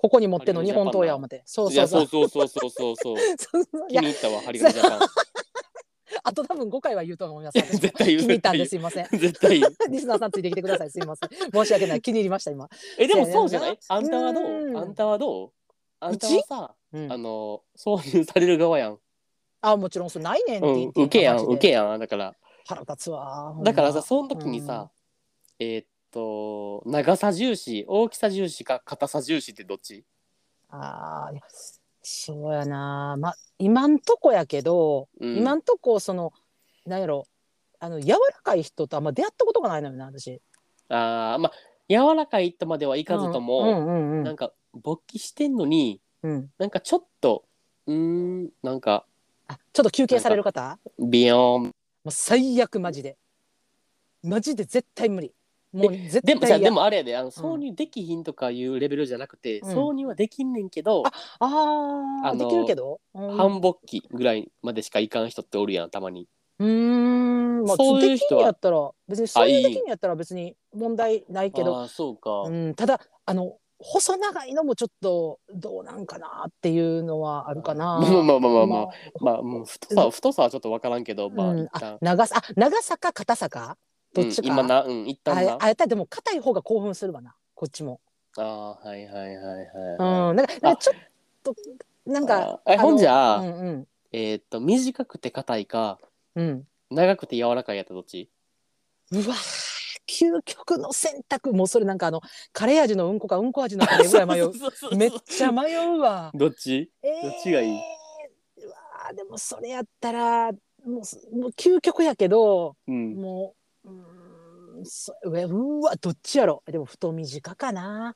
Speaker 1: ここに持ってんの日本刀や思ってそうそ
Speaker 2: い
Speaker 1: う
Speaker 2: や
Speaker 1: そ
Speaker 2: そううそうそうそうそうそう
Speaker 1: そう そうい
Speaker 2: 気
Speaker 1: や
Speaker 2: に入ったわ針がねジャパン
Speaker 1: あと多分5回は言うと思います
Speaker 2: いや
Speaker 1: 私
Speaker 2: 絶対言
Speaker 1: 気
Speaker 2: う
Speaker 1: に入ったん
Speaker 2: 絶対
Speaker 1: で
Speaker 2: 言う
Speaker 1: すいません
Speaker 2: 絶対言う
Speaker 1: リスナーさんついてきてくださいすいません申し訳ない気に入りました今
Speaker 2: えでも
Speaker 1: そうやねんな
Speaker 2: そうじゃないあんたはど
Speaker 1: うん
Speaker 2: うあんたはどうあんた
Speaker 1: う
Speaker 2: はさ
Speaker 1: うん
Speaker 2: あの挿入される側やん、
Speaker 1: あもちろんそれないねんって
Speaker 2: うん
Speaker 1: 言っ、て
Speaker 2: 受けやん
Speaker 1: マジで
Speaker 2: 受けやんだから
Speaker 1: 腹立つわ
Speaker 2: だからさその時にさ、えーっと長さ重視大きさ重視か硬さ重視ってどっち
Speaker 1: あーいやそうやなまあ今んとこやけど、
Speaker 2: うん
Speaker 1: 今んとこそのなんやろあの柔らかい人とあんま出会ったことがないのよな私
Speaker 2: あーまあ柔らかいとまではいかずとも、
Speaker 1: うんうんうん
Speaker 2: なんか勃起してんのに
Speaker 1: うん
Speaker 2: なんかちょっとうーんなんか
Speaker 1: あちょっと休憩される方
Speaker 2: ビヨーン
Speaker 1: もう最悪マジでマジで絶対無理もう絶
Speaker 2: で
Speaker 1: 対
Speaker 2: もじゃあ
Speaker 1: 嫌
Speaker 2: でもあれやであの挿入できひんとかいうレベルじゃなくて、
Speaker 1: うん
Speaker 2: 挿入はできんねんけど、
Speaker 1: ああ
Speaker 2: あの
Speaker 1: できるけどうん
Speaker 2: 半勃起ぐらいまでしかいかん人っておるやんたまに
Speaker 1: うーん、まあ、
Speaker 2: そういう
Speaker 1: でき
Speaker 2: 人
Speaker 1: ん
Speaker 2: は
Speaker 1: やったら別にそういう
Speaker 2: あ
Speaker 1: で
Speaker 2: いい
Speaker 1: きんやったら別に問題ないけど、
Speaker 2: ああそうか、
Speaker 1: うん、ただあの細長いのもちょっとどうなんかなっていうのはあるかな。
Speaker 2: まあまあまあまあま
Speaker 1: ま
Speaker 2: あ
Speaker 1: あ
Speaker 2: まあもう太さ太さはちょっと分からんけど、まあ
Speaker 1: うん
Speaker 2: 一
Speaker 1: あ
Speaker 2: 旦、
Speaker 1: 長さあ長さか硬さかどっちか、
Speaker 2: うん今なうん一
Speaker 1: あ
Speaker 2: 旦
Speaker 1: れ
Speaker 2: な
Speaker 1: あれだでも硬い方が興奮するわなこっちも。
Speaker 2: あーはいはいはいはい、
Speaker 1: うん、なんかなんかちょっとなんか
Speaker 2: あえ
Speaker 1: あの
Speaker 2: ほんじゃ
Speaker 1: うんうん
Speaker 2: えーっと短くて硬いか
Speaker 1: うん、
Speaker 2: 長くて柔らかいやったらどっち
Speaker 1: うわー究極の選択もうそれなんかあのカレー味のうんこかうんこ味のカレーぐらい迷う
Speaker 2: そうそうそうそう
Speaker 1: めっちゃ迷うわ。
Speaker 2: どっち
Speaker 1: え
Speaker 2: どっちがいいう
Speaker 1: わーでもそれやったらもうすもう究極やけど
Speaker 2: うん
Speaker 1: もううーんそうえうわどっちやろでも太短かな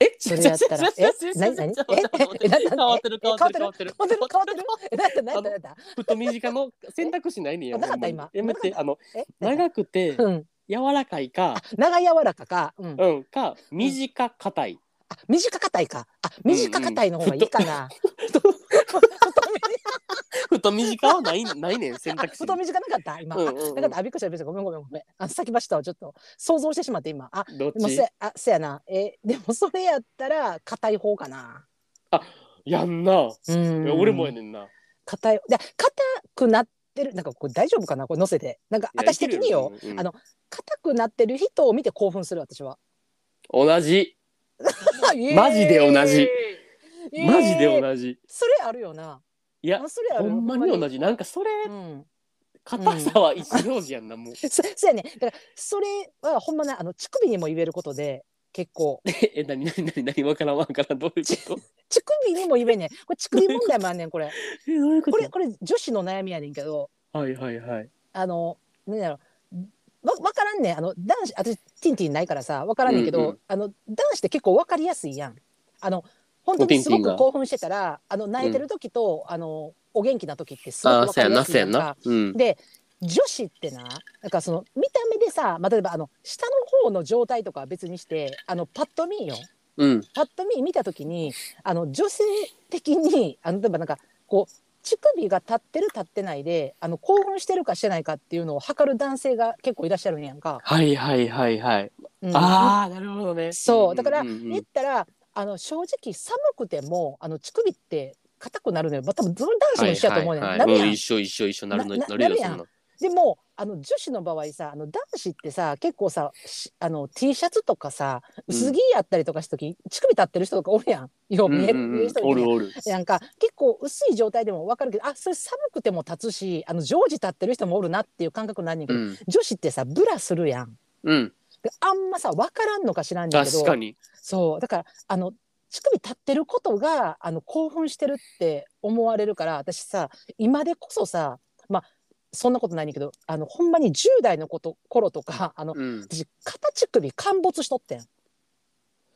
Speaker 2: え
Speaker 1: それやったら
Speaker 2: ちょ
Speaker 1: え
Speaker 2: ちょちょ
Speaker 1: 何何
Speaker 2: ちょちょちょちょ
Speaker 1: ええ何何
Speaker 2: 変わってる変わってる変わってる
Speaker 1: 変わってる変わってるえなんだなんだなんだ
Speaker 2: ふと短の選択肢ないねんや
Speaker 1: えなかった
Speaker 2: ほんまに
Speaker 1: 今
Speaker 2: え待ってあの
Speaker 1: えなんだ
Speaker 2: 長くて
Speaker 1: うん
Speaker 2: 柔らかいか
Speaker 1: あ長い柔らかかうんあ
Speaker 2: うんか短硬い
Speaker 1: 短かたいかあ短かたいの方がいいかな太
Speaker 2: ふと短はないないねん選
Speaker 1: あ
Speaker 2: 択肢
Speaker 1: 太短なかった今
Speaker 2: うん
Speaker 1: あ
Speaker 2: うんうん
Speaker 1: なかったあびっくりしたびっくりしたごめんごめんごめんあ先走ったわちょっと想像してしまって今あ
Speaker 2: どっ
Speaker 1: でも
Speaker 2: ち
Speaker 1: せあせやなえでもそれやったら硬い方かな
Speaker 2: やんな
Speaker 1: うん
Speaker 2: 俺もやねんな
Speaker 1: 硬いで硬くなっってるなんかこれ大丈夫かなこれ載せてなんか私的によ、
Speaker 2: いやいける
Speaker 1: あの硬くなってる人を見て興奮する私 は
Speaker 2: 同じ
Speaker 1: マ
Speaker 2: ジで同じマジで同じ
Speaker 1: それあるよない
Speaker 2: や
Speaker 1: あそれあ
Speaker 2: ほ
Speaker 1: る
Speaker 2: んまに同じなんかそれ
Speaker 1: うん、
Speaker 2: 硬さは一緒じゃんなもう
Speaker 1: そそうやねだからそれはほんまなあの乳首にも言えることで結構
Speaker 2: え何何何何わからんわからんどういうこと
Speaker 1: 乳首にも言えねんこれ乳首問題もあんねんこれ
Speaker 2: えどういうこ
Speaker 1: これこれ女子の悩みやねんけど
Speaker 2: はいはいはい
Speaker 1: あの何やろわ分からんねんあの男子私ティンティンないからさ分からんねんけど、
Speaker 2: うんうん
Speaker 1: あの男子って結構分かりやすいやんあの本当にすご
Speaker 2: ティンティン
Speaker 1: く
Speaker 2: が
Speaker 1: 興奮してたらあの泣いてる時と、あのお元気な時ってすごく
Speaker 2: あ
Speaker 1: 分
Speaker 2: そ
Speaker 1: か
Speaker 2: うや
Speaker 1: りや
Speaker 2: な
Speaker 1: すい
Speaker 2: そう
Speaker 1: や
Speaker 2: や
Speaker 1: ん
Speaker 2: な
Speaker 1: か
Speaker 2: うん
Speaker 1: で女子ってななんかその見た目でさ、まあ、例えばあの下の方の状態とかは別にしてあのパッと見よ
Speaker 2: うん
Speaker 1: パッと見見た時にあの女性的にあの例えばなんかこう乳首が立ってる立ってないであの興奮してるかしてないかっていうのを測る男性が結構いらっしゃるんやんか。
Speaker 2: はいはいはいはい
Speaker 1: うん
Speaker 2: ああなるほどね
Speaker 1: そうだから
Speaker 2: んうんうん
Speaker 1: 言ったらあの正直寒くてもあの乳首って硬くなるのよ、まあ、多分その男子も一緒やと思うねん、
Speaker 2: はいはい
Speaker 1: な
Speaker 2: はい
Speaker 1: るやん
Speaker 2: うん一緒一緒一緒なるの
Speaker 1: な
Speaker 2: なる
Speaker 1: な
Speaker 2: よ
Speaker 1: る
Speaker 2: そ
Speaker 1: や
Speaker 2: ん
Speaker 1: ん
Speaker 2: なの
Speaker 1: でもあの女子の場合さあの男子ってさ結構さしあの T シャツとかさ
Speaker 2: うん
Speaker 1: 薄着やったりとかした時、乳首立ってる人とかおるやんよう見える,、
Speaker 2: うん
Speaker 1: 見える人いる
Speaker 2: お
Speaker 1: やん
Speaker 2: るおる
Speaker 1: なんか結構薄い状態でも分かるけどあそれ寒くても立つしあの常時立ってる人もおるなっていう感覚になんねんけ
Speaker 2: う
Speaker 1: ど、
Speaker 2: ん
Speaker 1: 女子ってさブラするやん
Speaker 2: うん
Speaker 1: であんまさ分からんのか知らんねんけど
Speaker 2: 確かに
Speaker 1: そうだからあの乳首立ってることがあの興奮してるって思われるから私さ今でこそさまあそんなことないねんけどあのほんまに10代のこと頃とかあの
Speaker 2: うん
Speaker 1: 私片乳首陥没しとってん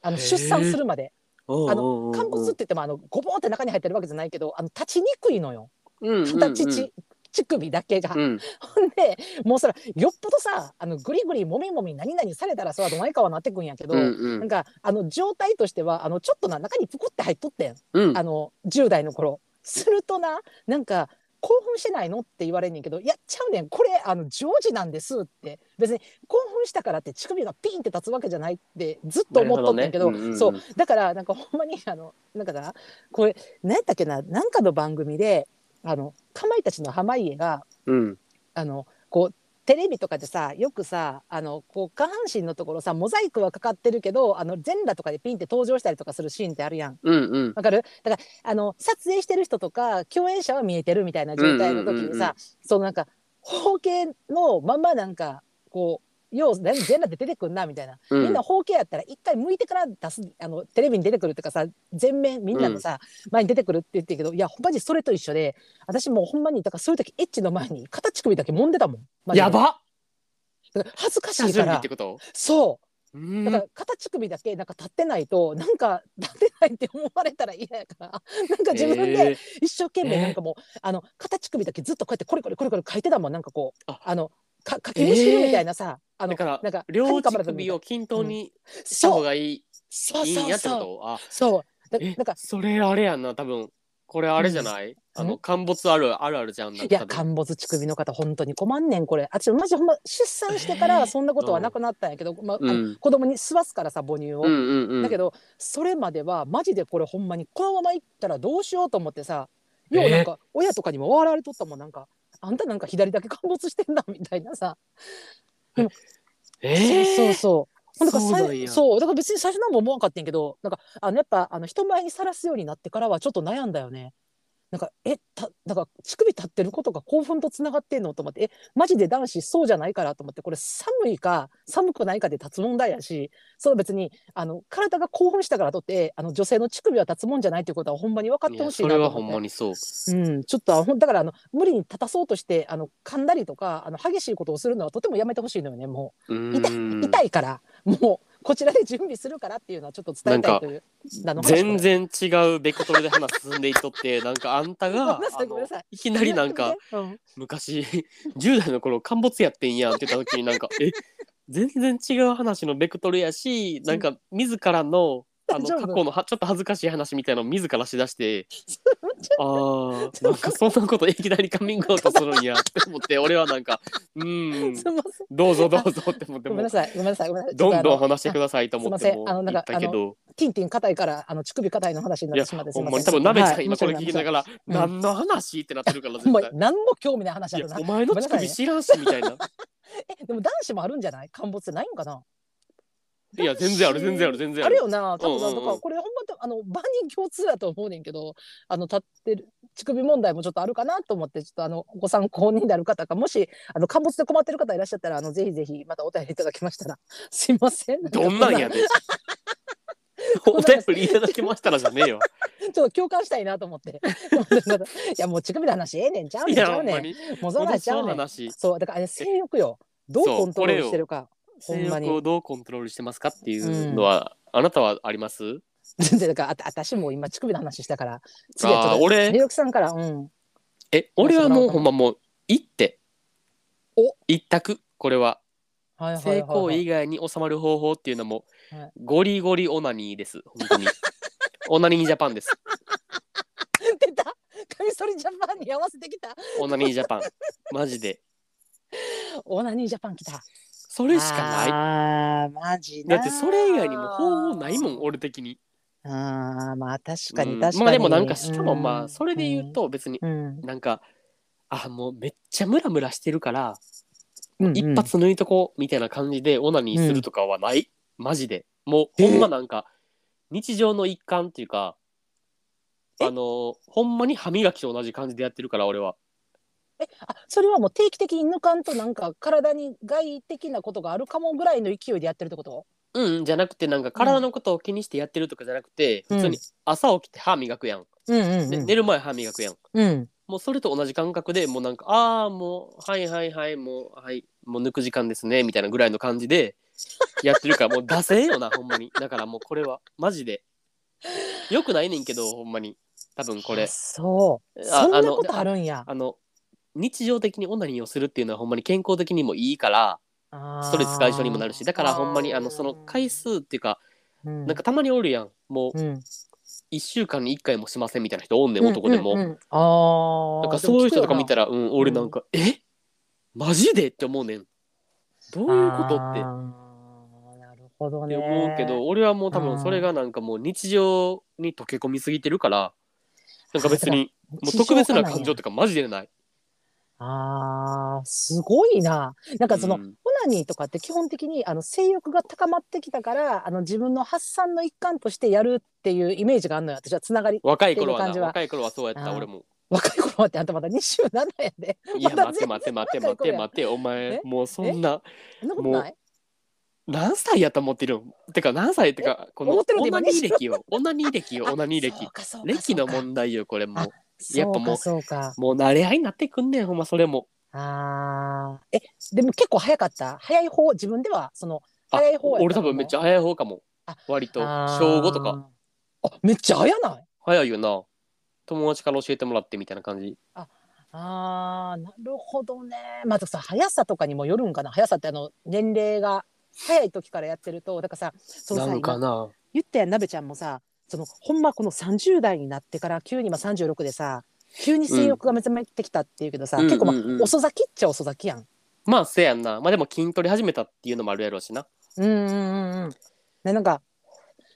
Speaker 1: あの
Speaker 2: へえ
Speaker 1: 出産するまで
Speaker 2: おう
Speaker 1: あ
Speaker 2: おうおうおう
Speaker 1: 陥没って言ってもあのゴボンって中に入ってるわけじゃないけどあの立ちにくいのよ
Speaker 2: うんうん
Speaker 1: 片乳、乳首だけが、
Speaker 2: うんうん
Speaker 1: ほんでもうそらよっぽどさあのグリグリもみもみ何々されたらさどないかはなってくんやけど、
Speaker 2: うんう
Speaker 1: なん
Speaker 2: ん
Speaker 1: かあの状態としてはあのちょっとな中にぷくって入っとってん、
Speaker 2: うん
Speaker 1: あの10代の頃するとななんか興奮してないのって言われんねんけど「いやちゃうねんこれあの常時なんです」って別に興奮したからって乳首がピンって立つわけじゃないってずっと思っとってんけど
Speaker 2: なるほどねうんうんうん
Speaker 1: そうだからなんかほんまにあのなんかなこれ何やったっけななんかの番組であのかまいたちの濱家が
Speaker 2: うん
Speaker 1: あのこうテレビとかでさよくさあのこう下半身のところさモザイクはかかってるけどあの全裸とかでピンって登場したりとかするシーンってあるやん。
Speaker 2: うんうん
Speaker 1: わかるだからあの撮影してる人とか共演者は見えてるみたいな状態の時
Speaker 2: うんうん
Speaker 1: に
Speaker 2: うんうん
Speaker 1: さそのなんか包茎のままなんかこうよう全裸で出てくんなみたいな、
Speaker 2: うん
Speaker 1: みんな包茎やったら一回向いてから出すあのテレビに出てくるとかさ全面みんなのさ、前に出てくるって言ってるけどいやほんまにそれと一緒で私もうほんまにだからそういう時エッチの前に片乳首だけ揉んでたもんマジで
Speaker 2: やば
Speaker 1: だから恥ずかし
Speaker 2: 下
Speaker 1: いか
Speaker 2: 準備っ
Speaker 1: ら
Speaker 2: てこと
Speaker 1: そううだ
Speaker 2: ん
Speaker 1: から片乳首だけなんか立ってないとなんか立ってないって思われたら嫌やから なんか自分で、
Speaker 2: えー
Speaker 1: 一生懸
Speaker 2: え
Speaker 1: 命
Speaker 2: ー
Speaker 1: なんかもう、あの片乳首だけずっとこうやってコリコリコリコリ書いてたもんなんかこう
Speaker 2: あ
Speaker 1: あのか書きにしてるみたいなさ、あの
Speaker 2: だから
Speaker 1: なんか
Speaker 2: 両
Speaker 1: かに
Speaker 2: 乳
Speaker 1: 噛まれたみたい
Speaker 2: 首
Speaker 1: な
Speaker 2: を均等にした
Speaker 1: そ
Speaker 2: 方
Speaker 1: う
Speaker 2: がいい、
Speaker 1: そう
Speaker 2: いいん
Speaker 1: そ
Speaker 2: や
Speaker 1: う
Speaker 2: ってこ
Speaker 1: そう
Speaker 2: とあ
Speaker 1: そうだ
Speaker 2: え
Speaker 1: なんか
Speaker 2: それあれやんな多分これあれじゃない、あの陥没あるあるあるじゃんなん
Speaker 1: い
Speaker 2: か
Speaker 1: や陥没乳首の方本当に困んねんこれ私マジほんま出産してからそんなことはなくなったんやけど、まあ
Speaker 2: うん
Speaker 1: あの子供に吸わすからさ母乳を。
Speaker 2: うんうんうん
Speaker 1: だけどそれまではマジでこれほんまにこのままいったらどうしようと思ってさようなんか親とかにも笑われとったもんなんかあんたなんか左だけ陥没してんなみたいなさ
Speaker 2: え
Speaker 1: そう
Speaker 2: ー、
Speaker 1: そうそう。ほんで
Speaker 2: そう
Speaker 1: さ
Speaker 2: なんや
Speaker 1: そうだから別に最初なんも思わんかったんやけどなんかあのやっぱあの人前にさらすようになってからはちょっと悩んだよね。なんかえたなんか乳首立ってることが興奮とつながってんのと思ってえマジで男子そうじゃないからと思ってこれ寒いか寒くないかで立つ問題やしその別にあの体が興奮したからとってあの女性の乳首は立つもんじゃないということはほんまに分かっ
Speaker 2: い
Speaker 1: て
Speaker 2: や
Speaker 1: ほしい
Speaker 2: そ
Speaker 1: な
Speaker 2: れ
Speaker 1: と思
Speaker 2: は
Speaker 1: って
Speaker 2: ほんまにそう
Speaker 1: うん、ちょっとあほんだからあの無理に立たそうとしてあの噛んだりとかあの激しいことをするのはとてもやめてほしいのよねもう。
Speaker 2: う
Speaker 1: 痛
Speaker 2: ーん
Speaker 1: い痛いからもうこちらで準備するからっていうのはちょっと伝えたいというなの話
Speaker 2: 全然違うベクトルで話進んでいっとって なんかあんたが
Speaker 1: ごめんなさい
Speaker 2: あの
Speaker 1: ごめんなさい
Speaker 2: きなりなんか、
Speaker 1: うん
Speaker 2: 昔10代の頃陥没やってんやんって言った時になんかえ全然違う話のベクトルやしなんか自らのあの
Speaker 1: 大丈
Speaker 2: 過
Speaker 1: 夫
Speaker 2: 去のはちょっと恥ずかしい話みたいなのを自らし だして
Speaker 1: ち
Speaker 2: あーなんかそんなこといきなりカミングアウトする んやって思って俺はなんかうーん
Speaker 1: すみません。
Speaker 2: どうぞどうぞって思って
Speaker 1: ごめんな
Speaker 2: もう
Speaker 1: さい。ごめんなさい。ごめんなさい。
Speaker 2: どんどん
Speaker 1: ち
Speaker 2: 話して
Speaker 1: ょっ
Speaker 2: く
Speaker 1: とあの
Speaker 2: ださいと思っ
Speaker 1: すい
Speaker 2: て
Speaker 1: ませ
Speaker 2: も
Speaker 1: んあのなん
Speaker 2: 言
Speaker 1: か
Speaker 2: ったけ
Speaker 1: あ
Speaker 2: ど
Speaker 1: あティンティン硬いから、あの乳首硬いの話に
Speaker 2: い
Speaker 1: なっ
Speaker 2: や
Speaker 1: てしまってす
Speaker 2: ほ
Speaker 1: み
Speaker 2: ん
Speaker 1: ま
Speaker 2: ま
Speaker 1: せん。
Speaker 2: に多分鍋ちゃ
Speaker 1: は
Speaker 2: ん
Speaker 1: い
Speaker 2: 今これ聞きながら
Speaker 1: 申し訳ない
Speaker 2: 何の話ってなってるから
Speaker 1: 申し
Speaker 2: 絶
Speaker 1: 訳
Speaker 2: 対
Speaker 1: ない。。何も興味ない話
Speaker 2: い
Speaker 1: あ
Speaker 2: や
Speaker 1: るな
Speaker 2: お。前の乳首知らんしみたいな。
Speaker 1: え、でも男子もあるんじゃない？陥没ってないんかな。
Speaker 2: いや全然ある全然ある全然
Speaker 1: あ
Speaker 2: あ
Speaker 1: る
Speaker 2: る。
Speaker 1: よな。多分な
Speaker 2: うんうんうん
Speaker 1: だからこれほんまとあの万人共通だと思うねんけど、あの立ってる乳首問題もちょっとあるかなと思ってちょっとあのご参考になる方かもしあの陥没で困ってる方いらっしゃったらあのぜひぜひまたお便りいただきましたら すいません。
Speaker 2: どんなんやで。お便りいただきましたらじゃね えよ。
Speaker 1: ちょっと共感したいなと思って。 いやもう乳首の話ええねんちゃうね
Speaker 2: い
Speaker 1: んち
Speaker 2: や
Speaker 1: ゃ
Speaker 2: ほ
Speaker 1: うんね
Speaker 2: ま
Speaker 1: ん。
Speaker 2: に。
Speaker 1: もうそんなんちゃ
Speaker 2: その
Speaker 1: うねん。
Speaker 2: 話。
Speaker 1: そうだからあれ性欲よ。どう
Speaker 2: そう
Speaker 1: コントロールしてるか。ほん
Speaker 2: 性
Speaker 1: まに
Speaker 2: 欲をどうコントロールしてますかっていうのは、あなたはあります
Speaker 1: 全然だからあた私もう今乳首の話したから。次はちょっ
Speaker 2: あー
Speaker 1: と
Speaker 2: 俺
Speaker 1: ひろきさんからうん。
Speaker 2: え俺はもう
Speaker 1: そう
Speaker 2: ほんまもう一手
Speaker 1: お
Speaker 2: 一択これは
Speaker 1: はいはいはい
Speaker 2: 性行
Speaker 1: は
Speaker 2: 為
Speaker 1: い
Speaker 2: 以外に収まる方法っていうのも
Speaker 1: はい
Speaker 2: ゴリゴリオナニーです本 当にオナニージャパンです
Speaker 1: 出たカミソリジャパンに合わせてきた
Speaker 2: オナニージャパンマジで
Speaker 1: オナニージャパン来た
Speaker 2: それしかない
Speaker 1: ああマジな
Speaker 2: だってそれ以外にも方法ないもん俺的に
Speaker 1: あーまあ確か
Speaker 2: う
Speaker 1: に
Speaker 2: ん
Speaker 1: 確かに、
Speaker 2: まあでもなんかしかもま
Speaker 1: うん
Speaker 2: あそれで言うと別に
Speaker 1: うん、
Speaker 2: なんかあもうめっちゃムラムラしてるから
Speaker 1: うんうん
Speaker 2: 一発抜いとこうみたいな感じでオナニーするとかはない、マジでもうほんまなんか日常の一環っていうかあ
Speaker 1: え
Speaker 2: のーほんまに歯磨きと同じ感じでやってるから俺は
Speaker 1: えあそれはもう定期的に抜かんとなんか体に害的なことがあるかもぐらいの勢いでやってるってこと
Speaker 2: うんじゃなくてなんか体のことを気にしてやってるとかじゃなくて、
Speaker 1: うん
Speaker 2: 普通に朝起きて歯磨くやん、
Speaker 1: うんうん
Speaker 2: で寝る前歯磨くやん
Speaker 1: うん
Speaker 2: もうそれと同じ感覚でもうなんかああもうはいはいはいもうはいもう抜く時間ですねみたいなぐらいの感じでやってるから もう出せよなほんまにだからもうこれはマジでよくないねんけどほんまに多分これ
Speaker 1: そう
Speaker 2: あ
Speaker 1: そんな
Speaker 2: あの
Speaker 1: ことあるんや
Speaker 2: あの日常的にオナニーをするっていうのはほんまに健康的にもいいからストレス解消にもなるしだからほんまにあのその回、数っていうか
Speaker 1: あーうん、
Speaker 2: なんかたまにおるやんもう
Speaker 1: うん
Speaker 2: 1週間に1回もしませんみたいな人おんねん男でも、
Speaker 1: うんうんうんあ
Speaker 2: なんかそういう人とか見た
Speaker 1: ら
Speaker 2: ら、うん、俺なんか、えマジでって思うねん。どういうことってっ
Speaker 1: ってなるほどね
Speaker 2: て思うけど、俺はもう多
Speaker 1: うん
Speaker 2: 分それがなんかもう日常に溶け込みすぎてるから、なんか別にもう特別な感情とかマジでない。
Speaker 1: あーすごいななんかその、
Speaker 2: うん
Speaker 1: オナニーとかって基本的にあの性欲が高まってきたからあの自分の発散の一環としてやるっていうイメージがあるのよ私はつながり
Speaker 2: 若い頃は
Speaker 1: っていう感じ
Speaker 2: な、
Speaker 1: は
Speaker 2: 若い頃はそうやった
Speaker 1: あー
Speaker 2: 俺も。
Speaker 1: 若い頃はってあんたまだ27やで
Speaker 2: いや、
Speaker 1: まだ
Speaker 2: 待て待て待て待
Speaker 1: 若い
Speaker 2: て
Speaker 1: 頃や
Speaker 2: 待て、お前
Speaker 1: え、
Speaker 2: もうそんな、
Speaker 1: そんなことない
Speaker 2: 何歳やと思ってるんてか何歳ってか、この
Speaker 1: 思ってる
Speaker 2: オ
Speaker 1: の
Speaker 2: ナ
Speaker 1: 今
Speaker 2: ニー歴よ、オナニー歴 よ、
Speaker 1: あ
Speaker 2: オナニー歴
Speaker 1: そう。かそうか
Speaker 2: 歴の
Speaker 1: そうか
Speaker 2: 問題よ、これもう。やっぱもう
Speaker 1: そうかそう
Speaker 2: もう慣れ合いになってくんねん、ほんま、それも。
Speaker 1: かあーえでも結構早かった早い方自分ではその
Speaker 2: あ
Speaker 1: 早い方やった
Speaker 2: 俺多分めっちゃ早い方かも
Speaker 1: あ
Speaker 2: 割と
Speaker 1: あー
Speaker 2: 小5とか
Speaker 1: あめっちゃ早ない
Speaker 2: 早いよな友達から教えてもらってみたいな感じ
Speaker 1: あーなるほどね。まずさ速さとかにもよるんかな速さってあの年齢が早い時からやってるとだからさそうさ
Speaker 2: なんか
Speaker 1: 今
Speaker 2: な
Speaker 1: 言ったやんなべちゃんもさそのほんまこの30代になってから急に今36でさ急に性欲が目覚めてきたっていうけどさ、
Speaker 2: うん
Speaker 1: 結構、まあ
Speaker 2: うんうんうん
Speaker 1: 遅咲きっちゃ遅咲きやん。
Speaker 2: まあせやんなまあでも筋トレ始めたっていうのもあるやろうしな
Speaker 1: うんうんうんうん。ねなんか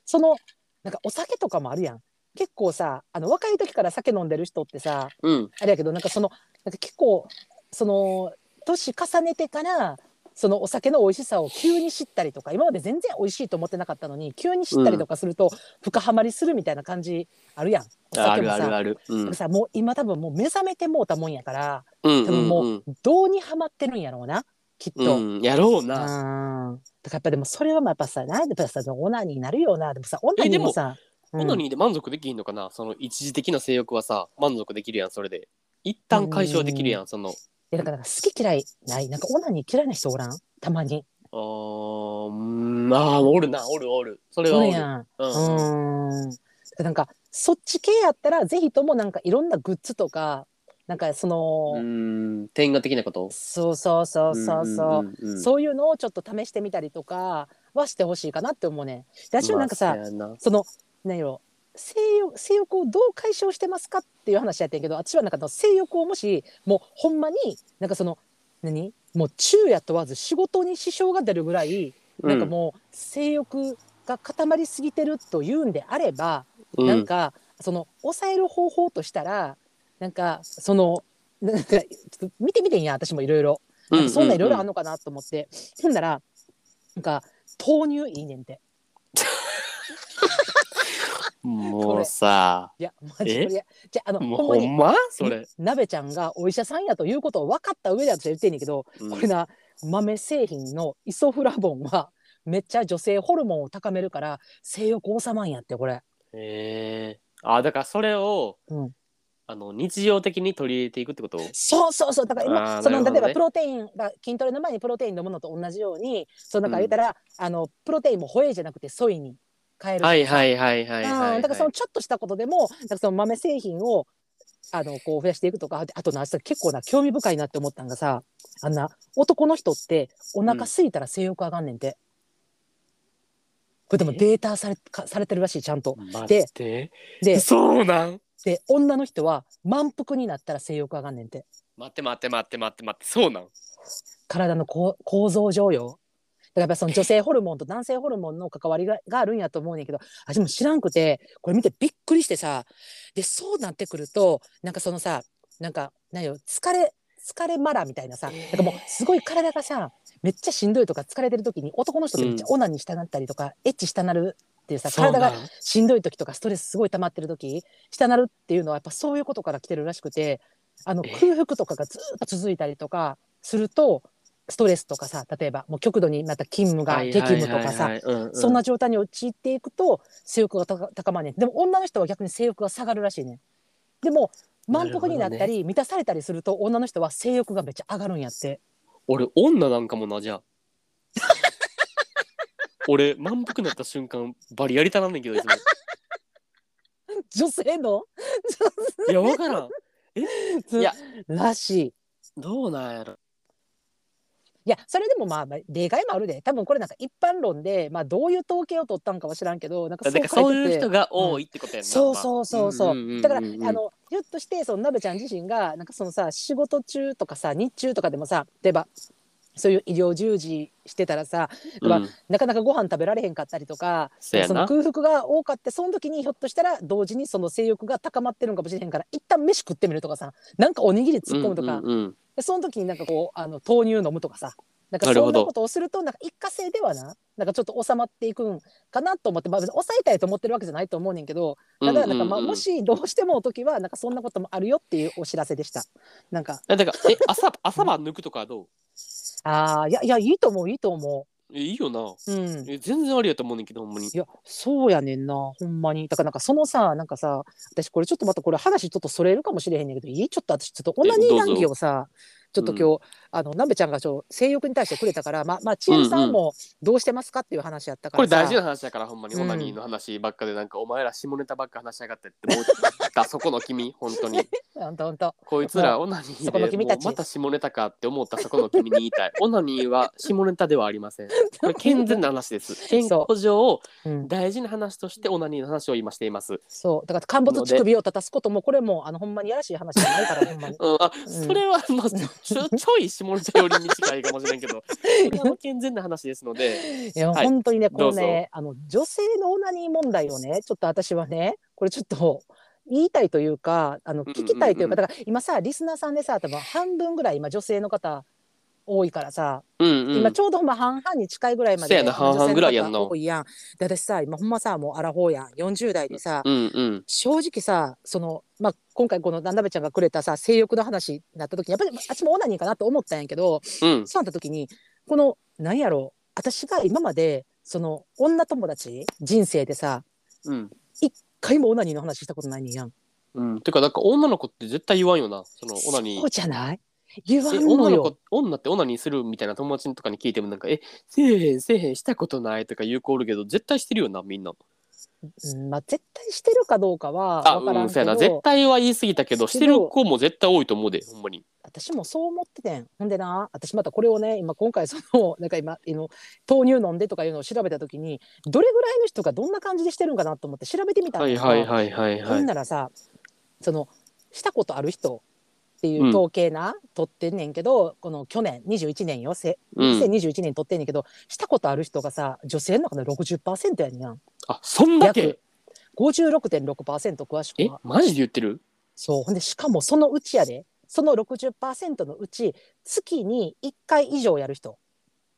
Speaker 1: そのなんかお酒とかもあるやん。結構さあの若い時から酒飲んでる人ってさ
Speaker 2: うん
Speaker 1: あれやけどなんかそのなんか結構その年重ねてからそのお酒の美味しさを急に知ったりとか今まで全然美味しいと思ってなかったのに急に知ったりとかすると深ハマりするみたいな感じあるやん、お
Speaker 2: あ
Speaker 1: 酒も
Speaker 2: る
Speaker 1: さ
Speaker 2: あるあるうん
Speaker 1: さもう今多分もう目覚めてもうたもんやから
Speaker 2: うん
Speaker 1: 多
Speaker 2: う
Speaker 1: 分
Speaker 2: ん
Speaker 1: も
Speaker 2: うん
Speaker 1: どうにハマってるんやろうなきっと。うん
Speaker 2: うんやろう
Speaker 1: だ
Speaker 2: な
Speaker 1: からやっぱでもそれはまあやっぱさなんでやっぱさオナニーになるよなでもさオナニーもさ
Speaker 2: オナニーで満足できひんのかなその一時的な性欲はさ満足できるやんそれで一旦解消できるやんその
Speaker 1: うんいやだからなんか好き嫌いないなんかオナニー嫌いな人おらんたまに
Speaker 2: あーうんあーおるなおるおるそれは
Speaker 1: そう
Speaker 2: お
Speaker 1: や
Speaker 2: る
Speaker 1: ん
Speaker 2: うん
Speaker 1: うん。なんかそっち系やったらぜひともなんかいろんなグッズとかなんかその、
Speaker 2: うん天下的なこと
Speaker 1: そうそうそうそうそう,、
Speaker 2: んんんん
Speaker 1: そういうのをちょっと試してみたりとかはしてほしいかなって思うね。ラジオなんかさ、
Speaker 2: まあそうやな
Speaker 1: その何やろ性欲性欲をどう解消してますかっていう話やってんけど私はなんかあの性欲をもしもうほんまになんかその何もう昼夜問わず仕事に支障が出るぐらい、なんかもう性欲が固まりすぎてるというんであれば、
Speaker 2: うん
Speaker 1: なんかその抑える方法としたらなんかその なんかちょっと見てみてんや私もいろいろ
Speaker 2: う
Speaker 1: そんないろいろあん
Speaker 2: の
Speaker 1: のかなと思って、ほんならなんか豆乳いいねんて
Speaker 2: もうさ
Speaker 1: いやマジ
Speaker 2: え
Speaker 1: これじゃああの
Speaker 2: もう
Speaker 1: ほんま
Speaker 2: ほ
Speaker 1: に
Speaker 2: んまそれ、
Speaker 1: なべちゃんがお医者さんやということを分かった上で私は言ってんねんけど、
Speaker 2: うん
Speaker 1: これな豆製品のイソフラボンはめっちゃ女性ホルモンを高めるから性欲収まんやってこれ
Speaker 2: えー、あだからそれを、
Speaker 1: うん
Speaker 2: あの日常的に取り入れていくってこと
Speaker 1: そうそうそうだから今、
Speaker 2: あー
Speaker 1: その
Speaker 2: なる
Speaker 1: 例
Speaker 2: ほど
Speaker 1: え
Speaker 2: ね
Speaker 1: ばプロテインが筋トレの前にプロテイン飲むのと同じようにそうなんか言ったら、あのプロテインもホエイじゃなくてソイに変える
Speaker 2: はいはいはいはいはい、は
Speaker 1: う
Speaker 2: い、
Speaker 1: んだからそのちょっとしたことでもなんかその豆製品をあのこう増やしていくとかあとなさ結構な興味深いなって思ったんがさあんな男の人ってお腹空いたら性欲上がんねんて、これでも
Speaker 2: え
Speaker 1: データされかされてるらしいちゃんと
Speaker 2: 待って
Speaker 1: で
Speaker 2: そうなん
Speaker 1: で女の人は満腹になったら性欲上がんねんて
Speaker 2: 待って待って待って待って待ってそうなん
Speaker 1: 体のこう構造上よだからやっぱその女性ホルモンと男性ホルモンの関わりががあるんやと思うねんけど私も知らんくてこれ見てびっくりしてさでそうなってくるとなんかそのさなんか何よ疲れ疲れマラみたいなさなんかもうすごい体がさめっちゃしんどいとか疲れてる時に男の人ってめっちゃオナにしたなったりとか、エッチしたなるっていうさ
Speaker 2: そうな
Speaker 1: 体
Speaker 2: ん
Speaker 1: がしんどい時とかストレスすごい溜まってる時下なるっていうのはやっぱそういうことから来てるらしくてあの
Speaker 2: え
Speaker 1: 空腹とかがずっと続いたりとかするとストレスとかさ例えばもう極度にまた勤務が激務とか
Speaker 2: は
Speaker 1: さ
Speaker 2: いはいはいはいうんうん
Speaker 1: そんな状態に陥っていくと性欲が高高まんねんでも女の人は逆に性欲が下がるらしいねんでも満腹になった
Speaker 2: なる
Speaker 1: り、満たされたりすると女の人は性欲がめっちゃ上がるんやって
Speaker 2: 俺女なんかもなじゃあ 俺満腹になった瞬間バリやりたなんねんけどいつも
Speaker 1: 女性の
Speaker 2: いやわからんいや
Speaker 1: らしい
Speaker 2: どうなんやろ
Speaker 1: いやそれでもまあまあ例外もあるで多分これなんか一般論で、まあ、どういう統計を取ったんかは知らんけどなんか
Speaker 2: だ
Speaker 1: そう書
Speaker 2: か
Speaker 1: いてて
Speaker 2: らそういう人が多いってことやんな、
Speaker 1: そうそうそうそう,、だから、あのひょっとしてそのなべちゃん自身がなんかそのさ仕事中とかさ日中とかでもさ例えばそういう医療従事してたらさ
Speaker 2: うんうん
Speaker 1: なかなかご飯食べられへんかったりとか
Speaker 2: そうやな
Speaker 1: の空腹が多かってその時にひょっとしたら同時にその性欲が高まってるのかもしれへんから一旦飯食ってみるとかさなんかおにぎり突っ込むとか、
Speaker 2: うんうんうん
Speaker 1: でその時になんかこうあの豆乳飲むとかさなんか
Speaker 2: なる
Speaker 1: そん
Speaker 2: ほど
Speaker 1: なことをするとなんか一過性ではななんかちょっと収まっていくんかなと思って、まあ、別に抑えたいと思ってるわけじゃないと思うねんけどただなんかまあ
Speaker 2: うんうんうん
Speaker 1: もしどうしてもの時はなんかそんなこともあるよっていうお知らせでしたなんか
Speaker 2: えだからえ朝朝晩抜くとかど
Speaker 1: ああいやいやいいと思ういいと思
Speaker 2: うえいいよな
Speaker 1: ううん
Speaker 2: え全然ありやと思うねんけどほんまに
Speaker 1: いやそうやねんなほんまにだからなんかそのさなんかさ私これちょっとまたこれ話ちょっとそれるかもしれへんねんけどいいちょっと私ちょっとオナニー談義をさちょっと今日、あのなべちゃんがちょ性欲に対してくれたからまあまあ千恵さんもどうしてますかっていう話やったか
Speaker 2: こ
Speaker 1: ら
Speaker 2: れ
Speaker 1: さ
Speaker 2: 大事な話だからほんまに
Speaker 1: うん
Speaker 2: オナニーの話ばっかでなんかお前ら下ネタばっか話しやがってって 思ったそこの君本当に
Speaker 1: ほんとほんと
Speaker 2: こいつらオナニ
Speaker 1: そこの
Speaker 2: ーで
Speaker 1: 君
Speaker 2: も
Speaker 1: た
Speaker 2: う
Speaker 1: ち
Speaker 2: また下ネタかって思ったそこの君に言いたいオナニーは下ネタではありません これ健全な話です健康上
Speaker 1: うん
Speaker 2: 大事な話としてオナニーの話を今しています、
Speaker 1: そうだから陥没乳首を立たすこともこれもあのほんまにやらしい話じゃないからほんまに
Speaker 2: うん、あ
Speaker 1: うん
Speaker 2: それは まあちょちょい下ネタ寄りに近いかもしれ んけどこれはもう健全な話ですので
Speaker 1: いや、
Speaker 2: はい
Speaker 1: 本当にねこの
Speaker 2: どう
Speaker 1: ねあの女性のオナニー問題をねちょっと私はねこれちょっと言いたいというかあの
Speaker 2: うんうん
Speaker 1: 聞きたいというか、だから今さリスナーさんでさ多分半分ぐらい今女性の方多いからさ、
Speaker 2: うんうん
Speaker 1: 今ちょうどほんま半々に近いぐらいま
Speaker 2: せ
Speaker 1: で
Speaker 2: やな半々ぐらいやん
Speaker 1: 女性
Speaker 2: な
Speaker 1: の方多いやんで私さ今ほんまさもうアラフォーやん40代でさ、
Speaker 2: うんうん
Speaker 1: 正直さその、まあ、今回このなべちゃんがくれたさ性欲の話になった時にやっぱりあっちもオナニーかなと思ったんやけど
Speaker 2: うん
Speaker 1: そうなった時にこのなんやろう私が今までその女友達人生でさ
Speaker 2: うん
Speaker 1: 一回もオナニーの話したことないねんやん。
Speaker 2: うん、てかなんか女の子って絶対言わんよなそのオナニー
Speaker 1: そうじゃない言わ
Speaker 2: え
Speaker 1: んの
Speaker 2: 女の
Speaker 1: よ
Speaker 2: 子。女ってオナニーするみたいな友達とかに聞いてもなんか「えせえへんせえへんしたことない」とか言う子おるけど絶対してるよなみんな。
Speaker 1: うんまあ、絶対してるかどうかは
Speaker 2: あ
Speaker 1: 分か
Speaker 2: う
Speaker 1: らん
Speaker 2: ん
Speaker 1: け
Speaker 2: そうや
Speaker 1: ど、
Speaker 2: な絶対は言い過ぎたけどしてる子も絶対多いと思うでほんまに
Speaker 1: 私もそう思っててんほんでな私またこれをね今今回その なんか今あの豆乳飲んでとかいうのを調べた時にどれぐらいの人がどんな感じでしてるんかなと思って調べてみたん
Speaker 2: は
Speaker 1: だ
Speaker 2: い
Speaker 1: けど
Speaker 2: はいはいはい
Speaker 1: ほ
Speaker 2: は
Speaker 1: ん
Speaker 2: い
Speaker 1: ならさそのしたことある人っていう統計な、取ってんねんけどこの去年21年よせ
Speaker 2: うん
Speaker 1: 2021年取ってんねんけど、したことある人がさ女性の中で60%やねんやん
Speaker 2: あそんだけ
Speaker 1: 約56.6%詳し
Speaker 2: え
Speaker 1: くは
Speaker 2: マジで言ってる
Speaker 1: そうほんでしかもそのうちやでその60%のうち月に1回以上やる人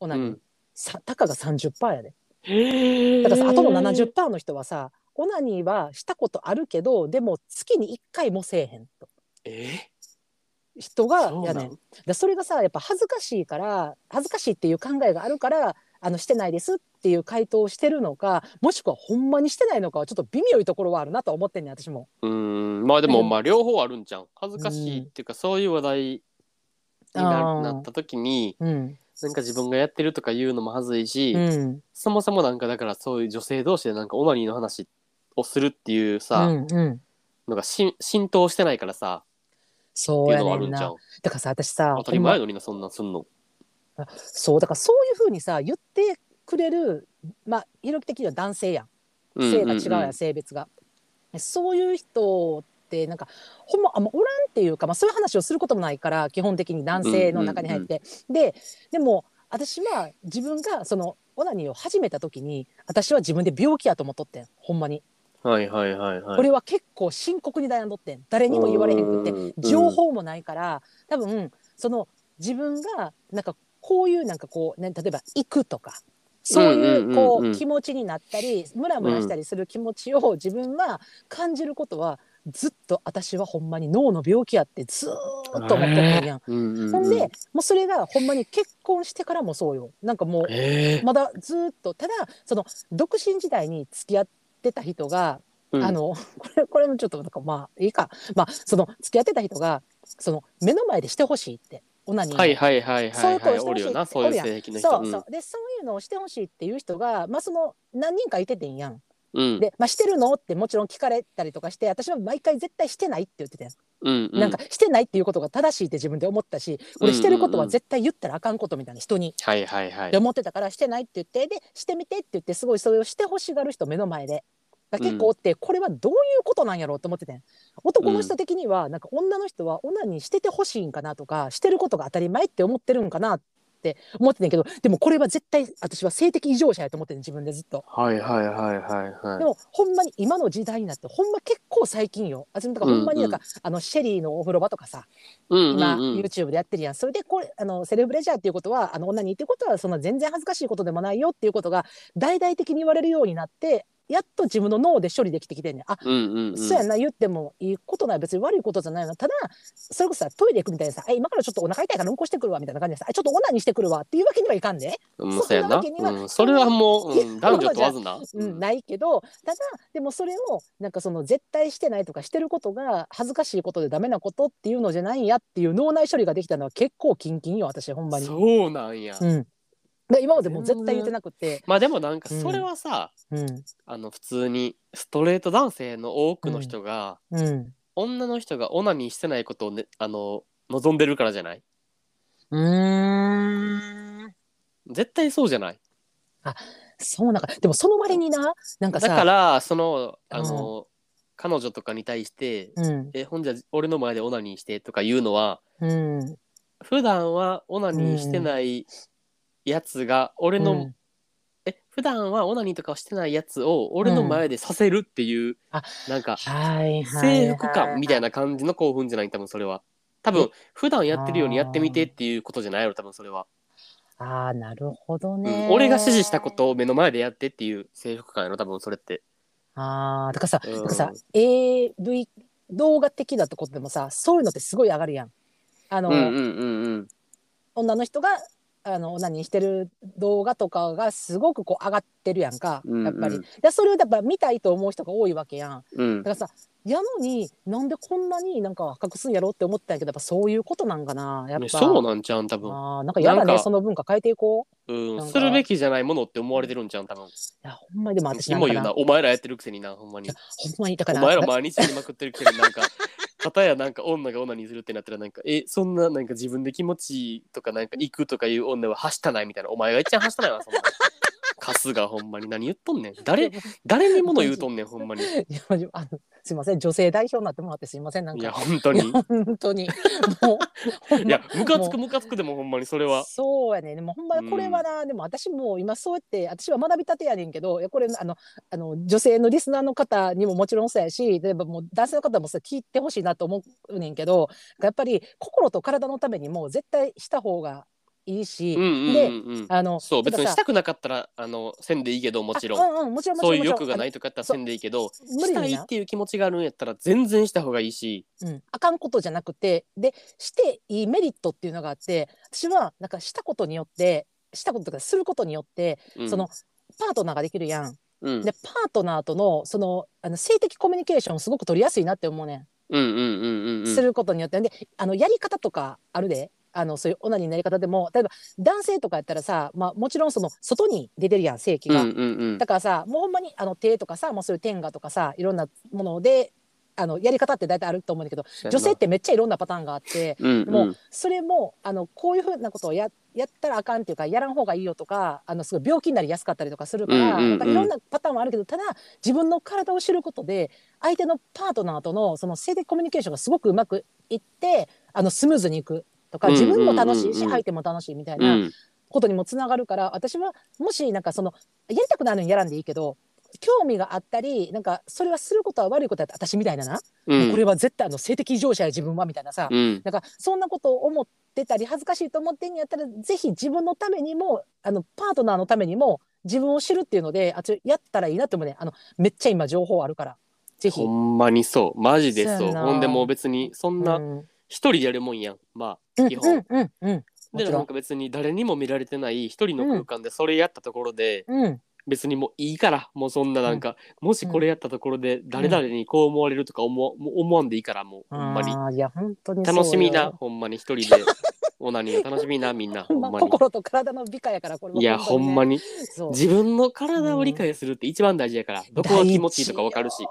Speaker 1: オナニー、
Speaker 2: うん
Speaker 1: さたかが30%やで
Speaker 2: へ
Speaker 1: だからさあとの
Speaker 2: ー
Speaker 1: 70%の人はさオナニーはしたことあるけどでも月に1回もせえへんと
Speaker 2: え
Speaker 1: 人が
Speaker 2: そう
Speaker 1: や
Speaker 2: な
Speaker 1: ねん
Speaker 2: ん
Speaker 1: でそれがさやっぱ恥ずかしいから恥ずかしいっていう考えがあるからあのしてないですっていう回答をしてるのかもしくはほんまにしてないのかはちょっと微妙いところはあるなとは思ってんねん私も。
Speaker 2: うーんまあで
Speaker 1: だ
Speaker 2: も
Speaker 1: けど
Speaker 2: まあ両方あるんじゃん恥ずかしいっていうかそういう話題にな
Speaker 1: あー
Speaker 2: なった時に
Speaker 1: うん
Speaker 2: なんか自分がやってるとか言うのも恥ずいし、
Speaker 1: うん
Speaker 2: そもそもなんかだからそういう女性同士でなんかオナニーの話をするっていう
Speaker 1: う
Speaker 2: さ、
Speaker 1: んうん、
Speaker 2: のがし浸透してないからさっ
Speaker 1: そ
Speaker 2: て
Speaker 1: う
Speaker 2: いう
Speaker 1: や
Speaker 2: のがあ
Speaker 1: ね
Speaker 2: る
Speaker 1: ん
Speaker 2: んじゃん
Speaker 1: な。だからさ私さ
Speaker 2: 当たり前やのになそんなんすんの。
Speaker 1: ほんまそうだからそういうふうにさ言ってくれるまあ広き的には男性やん性が違うやん、性別が。そういう人ってなんかほんまあんまおらんっていうか、まあ、そういう話をすることもないから基本的に男性の中に入って、ででも私は自分がそのオナニーを始めた時に私は自分で病気やと思っとってんほんまに、
Speaker 2: はいはいはいはい。
Speaker 1: これは結構深刻に悩んどってん誰にも言われへんくって
Speaker 2: うん
Speaker 1: 情報もないから、多分その自分がなんかこういうなんかこう、ね、例えば行くとかそう
Speaker 2: うん
Speaker 1: い
Speaker 2: うん
Speaker 1: う
Speaker 2: うん
Speaker 1: こ
Speaker 2: うん
Speaker 1: う気持ちになったりムラムラしたりする気持ちを自分は感じることはずっと私はほんまに脳の病気やってずーっと思ってるやん。
Speaker 2: うんうんうん
Speaker 1: ほんでもうそれがほんまに結婚してからもそうよなんかもう
Speaker 2: えー
Speaker 1: まだずーっとただその独身時代に付き合ってた人が
Speaker 2: うん
Speaker 1: あの これこれもちょっとなんかまあいいかまあその付き合ってた人がその目の前でしてほしいってオナニーを
Speaker 2: はいはいはいはい
Speaker 1: 相
Speaker 2: は
Speaker 1: 当
Speaker 2: い
Speaker 1: して
Speaker 2: お
Speaker 1: ほし
Speaker 2: る
Speaker 1: い
Speaker 2: よなそういう性癖の人
Speaker 1: そうそうでそういうのをしてほしいっていう人がまあその何人かいててんやん、
Speaker 2: うん
Speaker 1: で、まあ、してるのってもちろん聞かれたりとかして私は毎回絶対してないって言ってたやん、
Speaker 2: うんう
Speaker 1: なんかしてないっていうことが正しいって自分で思ったしこれしてることは絶対言ったらあかんことみたいな人に
Speaker 2: はいはいは
Speaker 1: って
Speaker 2: い
Speaker 1: 思ってたからしてないって言ってでしてみてって言ってすごいそれをしてほしがる人目の前でが結構おって、これはどういうことなんやろうと思っててん男の人的には、なんか女の人は女にしててほしいんかなとかしてることが当たり前って思ってるんかなって思っててんけどでもこれは絶対私は性的異常者やと思ってん自分でずっと。
Speaker 2: はいはいはいはいはい
Speaker 1: でもほんまに今の時代になってほんま結構最近よあだからほんまになんか、あのシェリーのお風呂場とかさ
Speaker 2: うん
Speaker 1: 今、
Speaker 2: うんうん
Speaker 1: YouTube でやってるやんそれでこれあのセルフレジャーっていうことはあの女にっていうことはその全然恥ずかしいことでもないよっていうことが大々的に言われるようになってやっと自分の脳で処理できてきてんねんあ、
Speaker 2: うんうんうん
Speaker 1: そうやな言ってもいいことない別に悪いことじゃないなただそれこそさトイレ行くみたいにさ「え今からちょっとお腹痛いからうんこしてくるわ」みたいな感じでさあ「ちょっとオナニーしてくるわ」っていうわけにはいかんで、
Speaker 2: うん
Speaker 1: そん
Speaker 2: そうや
Speaker 1: な
Speaker 2: な
Speaker 1: わけには
Speaker 2: うんそれはもううん男女問わずな
Speaker 1: うん、ないけどただでもそれをなんかその絶対してないとかしてることが恥ずかしいことでダメなことっていうのじゃないんやっていう脳内処理ができたのは結構キンキンよ私ほんまに。
Speaker 2: そうなんや
Speaker 1: うん、で今までもう絶対言ってなくて、
Speaker 2: まあでもなんかそれはさ
Speaker 1: うん
Speaker 2: あの普通にストレート男性の多くの人が
Speaker 1: うん
Speaker 2: 女の人がオナニーしてないことをねあの望んでるからじゃないう
Speaker 1: ーん
Speaker 2: 絶対そうじゃない
Speaker 1: そうなんかでもその割にななんか
Speaker 2: だ
Speaker 1: さ
Speaker 2: からそのあの、彼女とかに対して
Speaker 1: うん
Speaker 2: 「えほんじゃ俺の前でオナニーして」とか言うのは
Speaker 1: うん
Speaker 2: 普段はオナニーしてないやつが俺の、
Speaker 1: うん
Speaker 2: え普段はオナニーとかをしてないやつを俺の前でさせるっていう、
Speaker 1: あ
Speaker 2: なんか
Speaker 1: はいはいはい
Speaker 2: 征服感みたいな感じの興奮じゃない多分それは多分普段やってるようにやってみてっていうことじゃないやろ多分それは、
Speaker 1: あーなるほど
Speaker 2: うん
Speaker 1: ね、
Speaker 2: 俺が指示したことを目の前でやってっていう征服感やろ多分それって
Speaker 1: あーだからさ、
Speaker 2: うん
Speaker 1: なんかさ AV 動画的なとことでもさそういうのってすごい上がるやん。あ
Speaker 2: う
Speaker 1: の、
Speaker 2: んうんうんうん
Speaker 1: 女の人があの何してる動画とかがすごくこう上がってるやんか
Speaker 2: うんうん
Speaker 1: やっぱり、でそれをやっぱ見たいと思う人が多いわけやん
Speaker 2: うん
Speaker 1: だからさやのになんでこんなになんか赤くすんやろって思ってたんやけどやっぱそういうことなんかなやっぱ
Speaker 2: そうなんちゃうん多分
Speaker 1: あーなんかやだ
Speaker 2: なん
Speaker 1: ね
Speaker 2: か
Speaker 1: その文化変えていこう
Speaker 2: う
Speaker 1: なん
Speaker 2: ん、
Speaker 1: か
Speaker 2: するべきじゃないものって思われてるんじゃん多分
Speaker 1: いや、ほんまにでも私なん
Speaker 2: 今
Speaker 1: か
Speaker 2: 言う
Speaker 1: な、
Speaker 2: な
Speaker 1: ほん
Speaker 2: お前らやってるくせになほんまに
Speaker 1: まにだか
Speaker 2: お
Speaker 1: ら、
Speaker 2: 前ら
Speaker 1: だ
Speaker 2: 毎日にまくってるくせになんか 片やなんか女が女にするってなったらなんかえそんななんか自分で気持ちいいとかなんか行くとかいう女ははしたないみたいなお前が一番はしたないわそんなカスがほんまに何言っとんねん誰
Speaker 1: い
Speaker 2: 誰にもの言うとんねんほんまに
Speaker 1: やあの すいません、女性代表になってもらってすいません、なん
Speaker 2: いや
Speaker 1: か。
Speaker 2: 本当
Speaker 1: いや
Speaker 2: に
Speaker 1: 本当にもうほん
Speaker 2: い
Speaker 1: ま
Speaker 2: やムカつくムカつくでもほんまにそれは
Speaker 1: そうやねでもほんまこれはな、でも私もう今そうやって私は学びたてやねんけどいやこれあのあの女性のリスナーの方にももちろんそうやし例えばもう男性の方もそう聞いてほしいなと思うねんけどやっぱり心と体のためにもう絶対した方がいいし、
Speaker 2: うんうんう
Speaker 1: で
Speaker 2: んうん
Speaker 1: あの
Speaker 2: そう別にし
Speaker 1: なんか
Speaker 2: たくなかったらあのせんでいいけどもちろ
Speaker 1: さ
Speaker 2: ん
Speaker 1: うんうん、もちろんもち
Speaker 2: そ
Speaker 1: ろ
Speaker 2: うんい
Speaker 1: もち
Speaker 2: う
Speaker 1: ろん
Speaker 2: 欲がないとかやったらせんでいいけど
Speaker 1: あの無
Speaker 2: し
Speaker 1: 理
Speaker 2: た
Speaker 1: に
Speaker 2: い
Speaker 1: な
Speaker 2: っ、ていう気持ちがあるんやったら全然した方がいいし
Speaker 1: うん、あかんことじゃなくてでしていいメリットっていうのがあって私はなんかしたことによってしたこととかすることによって、
Speaker 2: うん
Speaker 1: そのパートナーができるやん。
Speaker 2: うん
Speaker 1: でパートナーとのそのあの性的コミュニケーションすごく取りやすいなって思うね
Speaker 2: うんうんうんうん
Speaker 1: ん、
Speaker 2: うん
Speaker 1: することによってであのやり方とかあるであのそういうオナニーのやり方でも例えば男性とかやったらさ、まあ、もちろんその外に出てるやん性器が、
Speaker 2: うんうんうん
Speaker 1: だからさもうほんまにあの手とかさもうそういう天下とかさいろんなものであのやり方って大体あると思うんだけど女性ってめっちゃいろんなパターンがあって
Speaker 2: うんうん
Speaker 1: もうそれもあのこういうふうなことをややったらあかんっていうかやらん方がいいよとかあのすごい病気になりやすかったりとかするから、
Speaker 2: うんうん
Speaker 1: な
Speaker 2: うん
Speaker 1: んかいろんなパターンはあるけどただ自分の体を知ることで相手のパートナーとのその性的コミュニケーションがすごくうまくいってあのスムーズにいくとか
Speaker 2: うんうんう
Speaker 1: 自
Speaker 2: んうん
Speaker 1: 分も楽しいし、相手も楽しいみたいな
Speaker 2: うん
Speaker 1: ことにもつながるから、私はもしなんかそのやりたくないのにやらんでいいけど興味があったりなんかそれはすることは悪いことだって私みたいなな、
Speaker 2: うん
Speaker 1: これは絶対あの性的異常者や自分はみたいなさ、
Speaker 2: うん
Speaker 1: なんかそんなことを思ってたり恥ずかしいと思ってんやったらぜひ自分のためにもあのパートナーのためにも自分を知るっていうのであちょやったらいいなって思うねあのめっちゃ今情報あるからぜひ
Speaker 2: ほ。んまにそうマジで
Speaker 1: そう
Speaker 2: そう
Speaker 1: やな
Speaker 2: ほんでもう別にそん
Speaker 1: う
Speaker 2: なん
Speaker 1: うん
Speaker 2: 一人でやるもんやんまあ基
Speaker 1: う
Speaker 2: 本
Speaker 1: んうんうんもち
Speaker 2: でな
Speaker 1: ろ
Speaker 2: ん
Speaker 1: ん
Speaker 2: か別に誰にも見られてない一人の空間でそれやったところで
Speaker 1: うん
Speaker 2: 別にもういいからもうそんななんかもしこれやったところで誰々にこう思われるとか思わもう思わんでいいからもうほんまに
Speaker 1: あーいや本当にそうよ
Speaker 2: 楽しみなほんまに一人でオナニーを楽しみなみん な
Speaker 1: ほ
Speaker 2: ほ
Speaker 1: ん
Speaker 2: ん
Speaker 1: ま
Speaker 2: まに
Speaker 1: 心と体の美化やからこれはい
Speaker 2: やほんま
Speaker 1: に
Speaker 2: に
Speaker 1: ねそう
Speaker 2: 自分の体を理解するって一番大事やからどこが気持ちいいとかわかる
Speaker 1: 大事
Speaker 2: し
Speaker 1: よ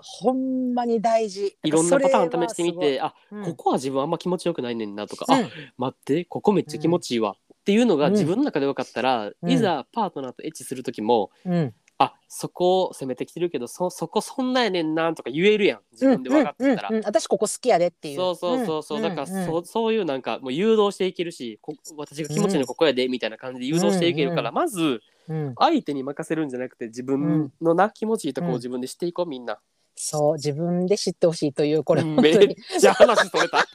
Speaker 1: ほんまに大事
Speaker 2: いろんなパターン試してみてあ
Speaker 1: それはすごい
Speaker 2: ここは自分あんま気持ちよくないねんなとか、
Speaker 1: うん
Speaker 2: あ待ってここめっちゃ気持ちいいわ、っていうのが
Speaker 1: うん
Speaker 2: 自分の中で分かったら、
Speaker 1: うん
Speaker 2: いざパートナーとエッチする時も、
Speaker 1: うんうん
Speaker 2: あそこを攻めてきてるけどそそこそんなやねんなとか言えるやん自分で分かってたら。
Speaker 1: うんうんうん私ここ好きやでっていう
Speaker 2: そうそうそうそう、
Speaker 1: ん
Speaker 2: だから
Speaker 1: ん
Speaker 2: そ,、うそういうなんかもう誘導していけるしこ私が気持ちいいのここやでみたいな感じで誘導していけるから、
Speaker 1: う
Speaker 2: まず
Speaker 1: うん
Speaker 2: 相手に任せるんじゃなくて自分のな、気持ちいいとこを自分で知っていこうみんな、
Speaker 1: そう自分で知ってほしいというこれ本当
Speaker 2: めっ
Speaker 1: に
Speaker 2: ちゃ話取れ た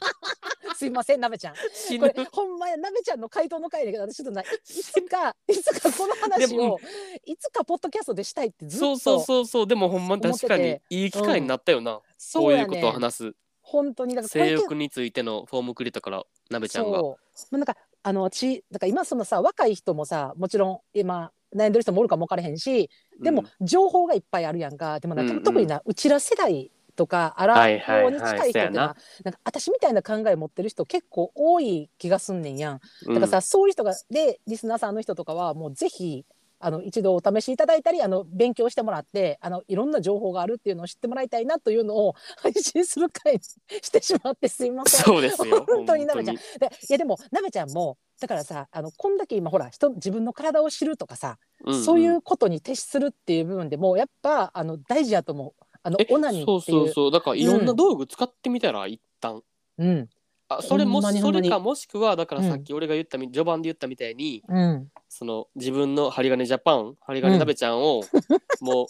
Speaker 1: すいませんなべちゃん
Speaker 2: 死
Speaker 1: こ
Speaker 2: ぬ
Speaker 1: れほんまやなべちゃんの回答の回だけど私ちょっとないいつかいつかこの話
Speaker 2: でも
Speaker 1: をいつかポッドキャストでしたいってずっと
Speaker 2: そうそうそうそうでもほん
Speaker 1: 思
Speaker 2: ま
Speaker 1: ってて
Speaker 2: 確かにいい機会になったよな、
Speaker 1: そ
Speaker 2: そううい
Speaker 1: や
Speaker 2: うことを話す、
Speaker 1: 本当にだから
Speaker 2: 性欲についてのフォームくれたからなべちゃんが
Speaker 1: そうまあなんかあの私だから今そのさ若い人もさもちろん今悩んでる人もおるかも分からへんしでも、情報がいっぱいあるやんかでもなんか、
Speaker 2: うんうん
Speaker 1: 特になうちら世代とかアラ
Speaker 2: はいはい
Speaker 1: フ
Speaker 2: は
Speaker 1: ォー
Speaker 2: い
Speaker 1: に近い人って
Speaker 2: そうや
Speaker 1: な
Speaker 2: な
Speaker 1: なんか私みたいな考え持ってる人結構多い気がすんねんやん。
Speaker 2: うん
Speaker 1: だからさ、そういう人がでリスナーさんの人とかはもうぜひあの一度お試しいただいたりあの勉強してもらってあのいろんな情報があるっていうのを知ってもらいたいなというのを 配信する会にしてしまってすいません。
Speaker 2: そうですよ
Speaker 1: 本当になべちゃんでいやでもなべちゃんもだからさあのこんだけ今ほら人自分の体を知るとかさ、
Speaker 2: ん
Speaker 1: そういうことに徹するっていう部分でもやっぱあの大事やと思うあの
Speaker 2: え
Speaker 1: オナニ
Speaker 2: そ
Speaker 1: ー
Speaker 2: う
Speaker 1: っていう
Speaker 2: そうそうだからいろんな道具使ってみたら一旦
Speaker 1: うん
Speaker 2: あそれ
Speaker 1: ほ
Speaker 2: も
Speaker 1: んま
Speaker 2: し
Speaker 1: にほ
Speaker 2: そ
Speaker 1: んま
Speaker 2: れ
Speaker 1: に
Speaker 2: かもしくはだからさっき俺が言ったみ、序盤で言ったみたいに
Speaker 1: うん
Speaker 2: その自分の針金ジャパン針金なべちゃん を、もう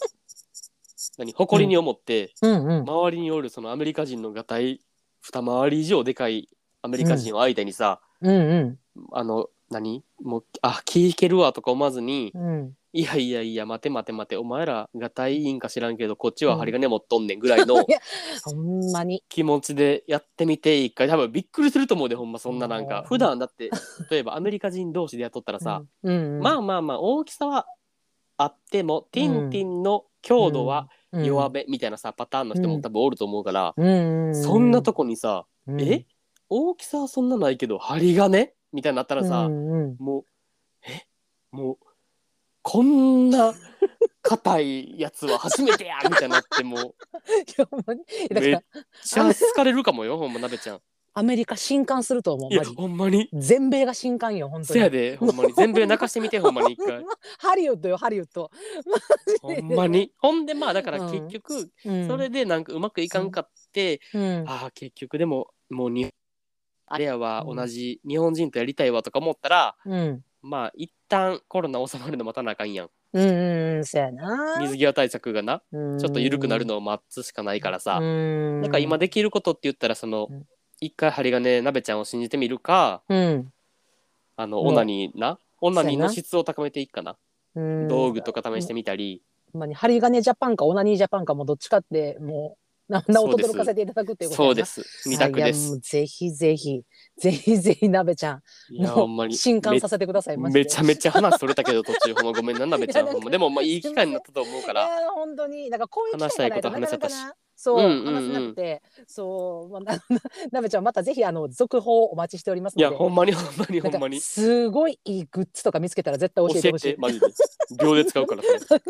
Speaker 2: 何誇りに思って、
Speaker 1: うんうん
Speaker 2: 周りにおるそのアメリカ人のがたい二回り以上でかいアメリカ人を相手にさ、
Speaker 1: うん
Speaker 2: あの何もうあ気引けるわとか思わずに
Speaker 1: うんうん
Speaker 2: 「いやいやいや待て待て待てお前らが大員か知らんけどこっちは針金持っとんねん」ぐらいの
Speaker 1: ほんまに
Speaker 2: 気持ちでやってみて一回多分びっくりすると思うでほんまそんななん
Speaker 1: うん
Speaker 2: か普段だって例えばアメリカ人同士でやっとったらさ、
Speaker 1: うんうん
Speaker 2: まあまあまあ大きさはあってもティンティンの強度は弱めみたいなさパターンの人も多分おると思うから、
Speaker 1: うんうんうん
Speaker 2: そんなとこにさ「
Speaker 1: うん
Speaker 2: え大きさはそんなないけど針金?」みたいになったらさ、
Speaker 1: うんうん
Speaker 2: もう「えもうこんな硬いやつは初めてやみたいになっても う
Speaker 1: やほんまにだか
Speaker 2: めっ
Speaker 1: ら
Speaker 2: ちゃ好かれるかもよほんまなべちゃん
Speaker 1: アメリカ新刊すると思う
Speaker 2: いや
Speaker 1: マジ
Speaker 2: ほんまに
Speaker 1: 全米が新刊よ本当
Speaker 2: せ
Speaker 1: に
Speaker 2: やでほんまに全部泣かしてみてほんまに一
Speaker 1: ほ
Speaker 2: 回
Speaker 1: んまハリウッドよハリウッド
Speaker 2: ほんまにほんでまあだから結局
Speaker 1: うん
Speaker 2: それでなんかうまくいかんかって
Speaker 1: うん
Speaker 2: ああ結局でももうにあれやわ
Speaker 1: うん
Speaker 2: 同じ日本人とやりたいわとか思ったら
Speaker 1: うん
Speaker 2: まあ一旦コロナ収まるの待たなあかんやん
Speaker 1: うんうんうんそやな
Speaker 2: 水際対策がな
Speaker 1: ち
Speaker 2: ちょ
Speaker 1: ょ
Speaker 2: っと緩くなるのを待つしかないからさ
Speaker 1: うん
Speaker 2: だから今できることって言ったらその
Speaker 1: うん
Speaker 2: 一回針金なべちゃんを信じてみるか
Speaker 1: うん
Speaker 2: あの
Speaker 1: うん
Speaker 2: オナニーなオナ
Speaker 1: そ
Speaker 2: ニー
Speaker 1: うや
Speaker 2: の
Speaker 1: な
Speaker 2: 質を高めていくかな
Speaker 1: うん
Speaker 2: 道具とか試してみたり
Speaker 1: ほんまに針金ジャパンかオナニージャパンかもどっちかってもうな名を
Speaker 2: そうです
Speaker 1: 轟かせていただくっていうこと
Speaker 2: そう
Speaker 1: や
Speaker 2: で
Speaker 1: な
Speaker 2: す二択
Speaker 1: あ
Speaker 2: で
Speaker 1: いやも
Speaker 2: す
Speaker 1: うぜひぜひぜひぜひ鍋ちゃん
Speaker 2: いや
Speaker 1: もう
Speaker 2: ほんまに
Speaker 1: 新刊させてくださいマジで
Speaker 2: めちゃめちゃ話それたけど途中ほんまごめんななべちゃん
Speaker 1: いやなんか
Speaker 2: ほんまでもまあいい機会になったと思うか
Speaker 1: いや
Speaker 2: ら
Speaker 1: ー本当にだからこういう機会
Speaker 2: 話したいこと
Speaker 1: がないなかなかな
Speaker 2: 話せ
Speaker 1: そう、
Speaker 2: うんうんうん
Speaker 1: 話せなくてそう、まあ、ななべちゃんまたぜひあの続報をお待ちしております
Speaker 2: い
Speaker 1: の
Speaker 2: や
Speaker 1: で
Speaker 2: ほんまにほんまに
Speaker 1: なん
Speaker 2: ほんま
Speaker 1: か
Speaker 2: に
Speaker 1: すごいいいグッズとか見つけたら絶対
Speaker 2: 教
Speaker 1: 教えて
Speaker 2: え
Speaker 1: ほしてい
Speaker 2: マジで秒で使うからそれ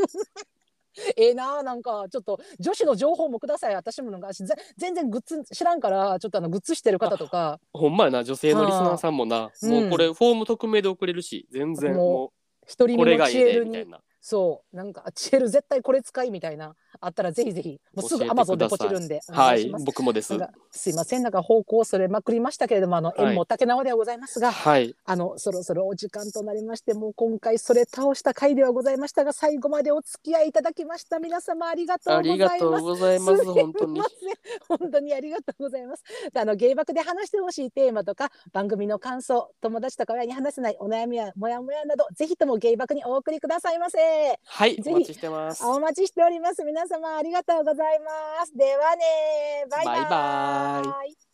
Speaker 1: ええなあなんかちょっと女子の情報もください私もなんかしぜ全然グッズ知らんからちょっとあのグッズしてる方とか
Speaker 2: ほんまやな女性のリスナーさんもな
Speaker 1: うん
Speaker 2: もうこれフォーム匿名で送れるし全然も
Speaker 1: も一
Speaker 2: う
Speaker 1: 人
Speaker 2: こ
Speaker 1: 目
Speaker 2: れ
Speaker 1: の
Speaker 2: がいい
Speaker 1: チエ
Speaker 2: で
Speaker 1: ル
Speaker 2: みたい
Speaker 1: に
Speaker 2: な
Speaker 1: そうなんかあチエル絶対これ使いみたいなあったらぜひぜひもうすぐ
Speaker 2: 教えて
Speaker 1: アマゾンで
Speaker 2: くだ
Speaker 1: ポ
Speaker 2: さい
Speaker 1: チるんでお
Speaker 2: は
Speaker 1: 願いし
Speaker 2: い
Speaker 1: ます。
Speaker 2: 僕もです
Speaker 1: なんかすいませんなんか方向それまくりましたけれどもあの
Speaker 2: い
Speaker 1: 縁も竹縄ではございますが、
Speaker 2: はい
Speaker 1: あのそろそろお時間となりましてもう今回それ倒した回ではございましたが最後までお付き合いいただきました皆様ありがとう
Speaker 2: あ
Speaker 1: ござ
Speaker 2: り
Speaker 1: いま
Speaker 2: が
Speaker 1: す
Speaker 2: とう。ございます
Speaker 1: す
Speaker 2: 本当に
Speaker 1: いません本当にありがとうございます。であの芸爆で話してほしいテーマとか番組の感想、友達とか親に話せないお悩みやモヤモヤなどぜひとも芸爆にお送りくださいませ。
Speaker 2: はい お
Speaker 1: ぜひ
Speaker 2: 待ちしてます
Speaker 1: お待ちしております。皆様ありがとうございます。ではね、バイバ
Speaker 2: バイバ
Speaker 1: イ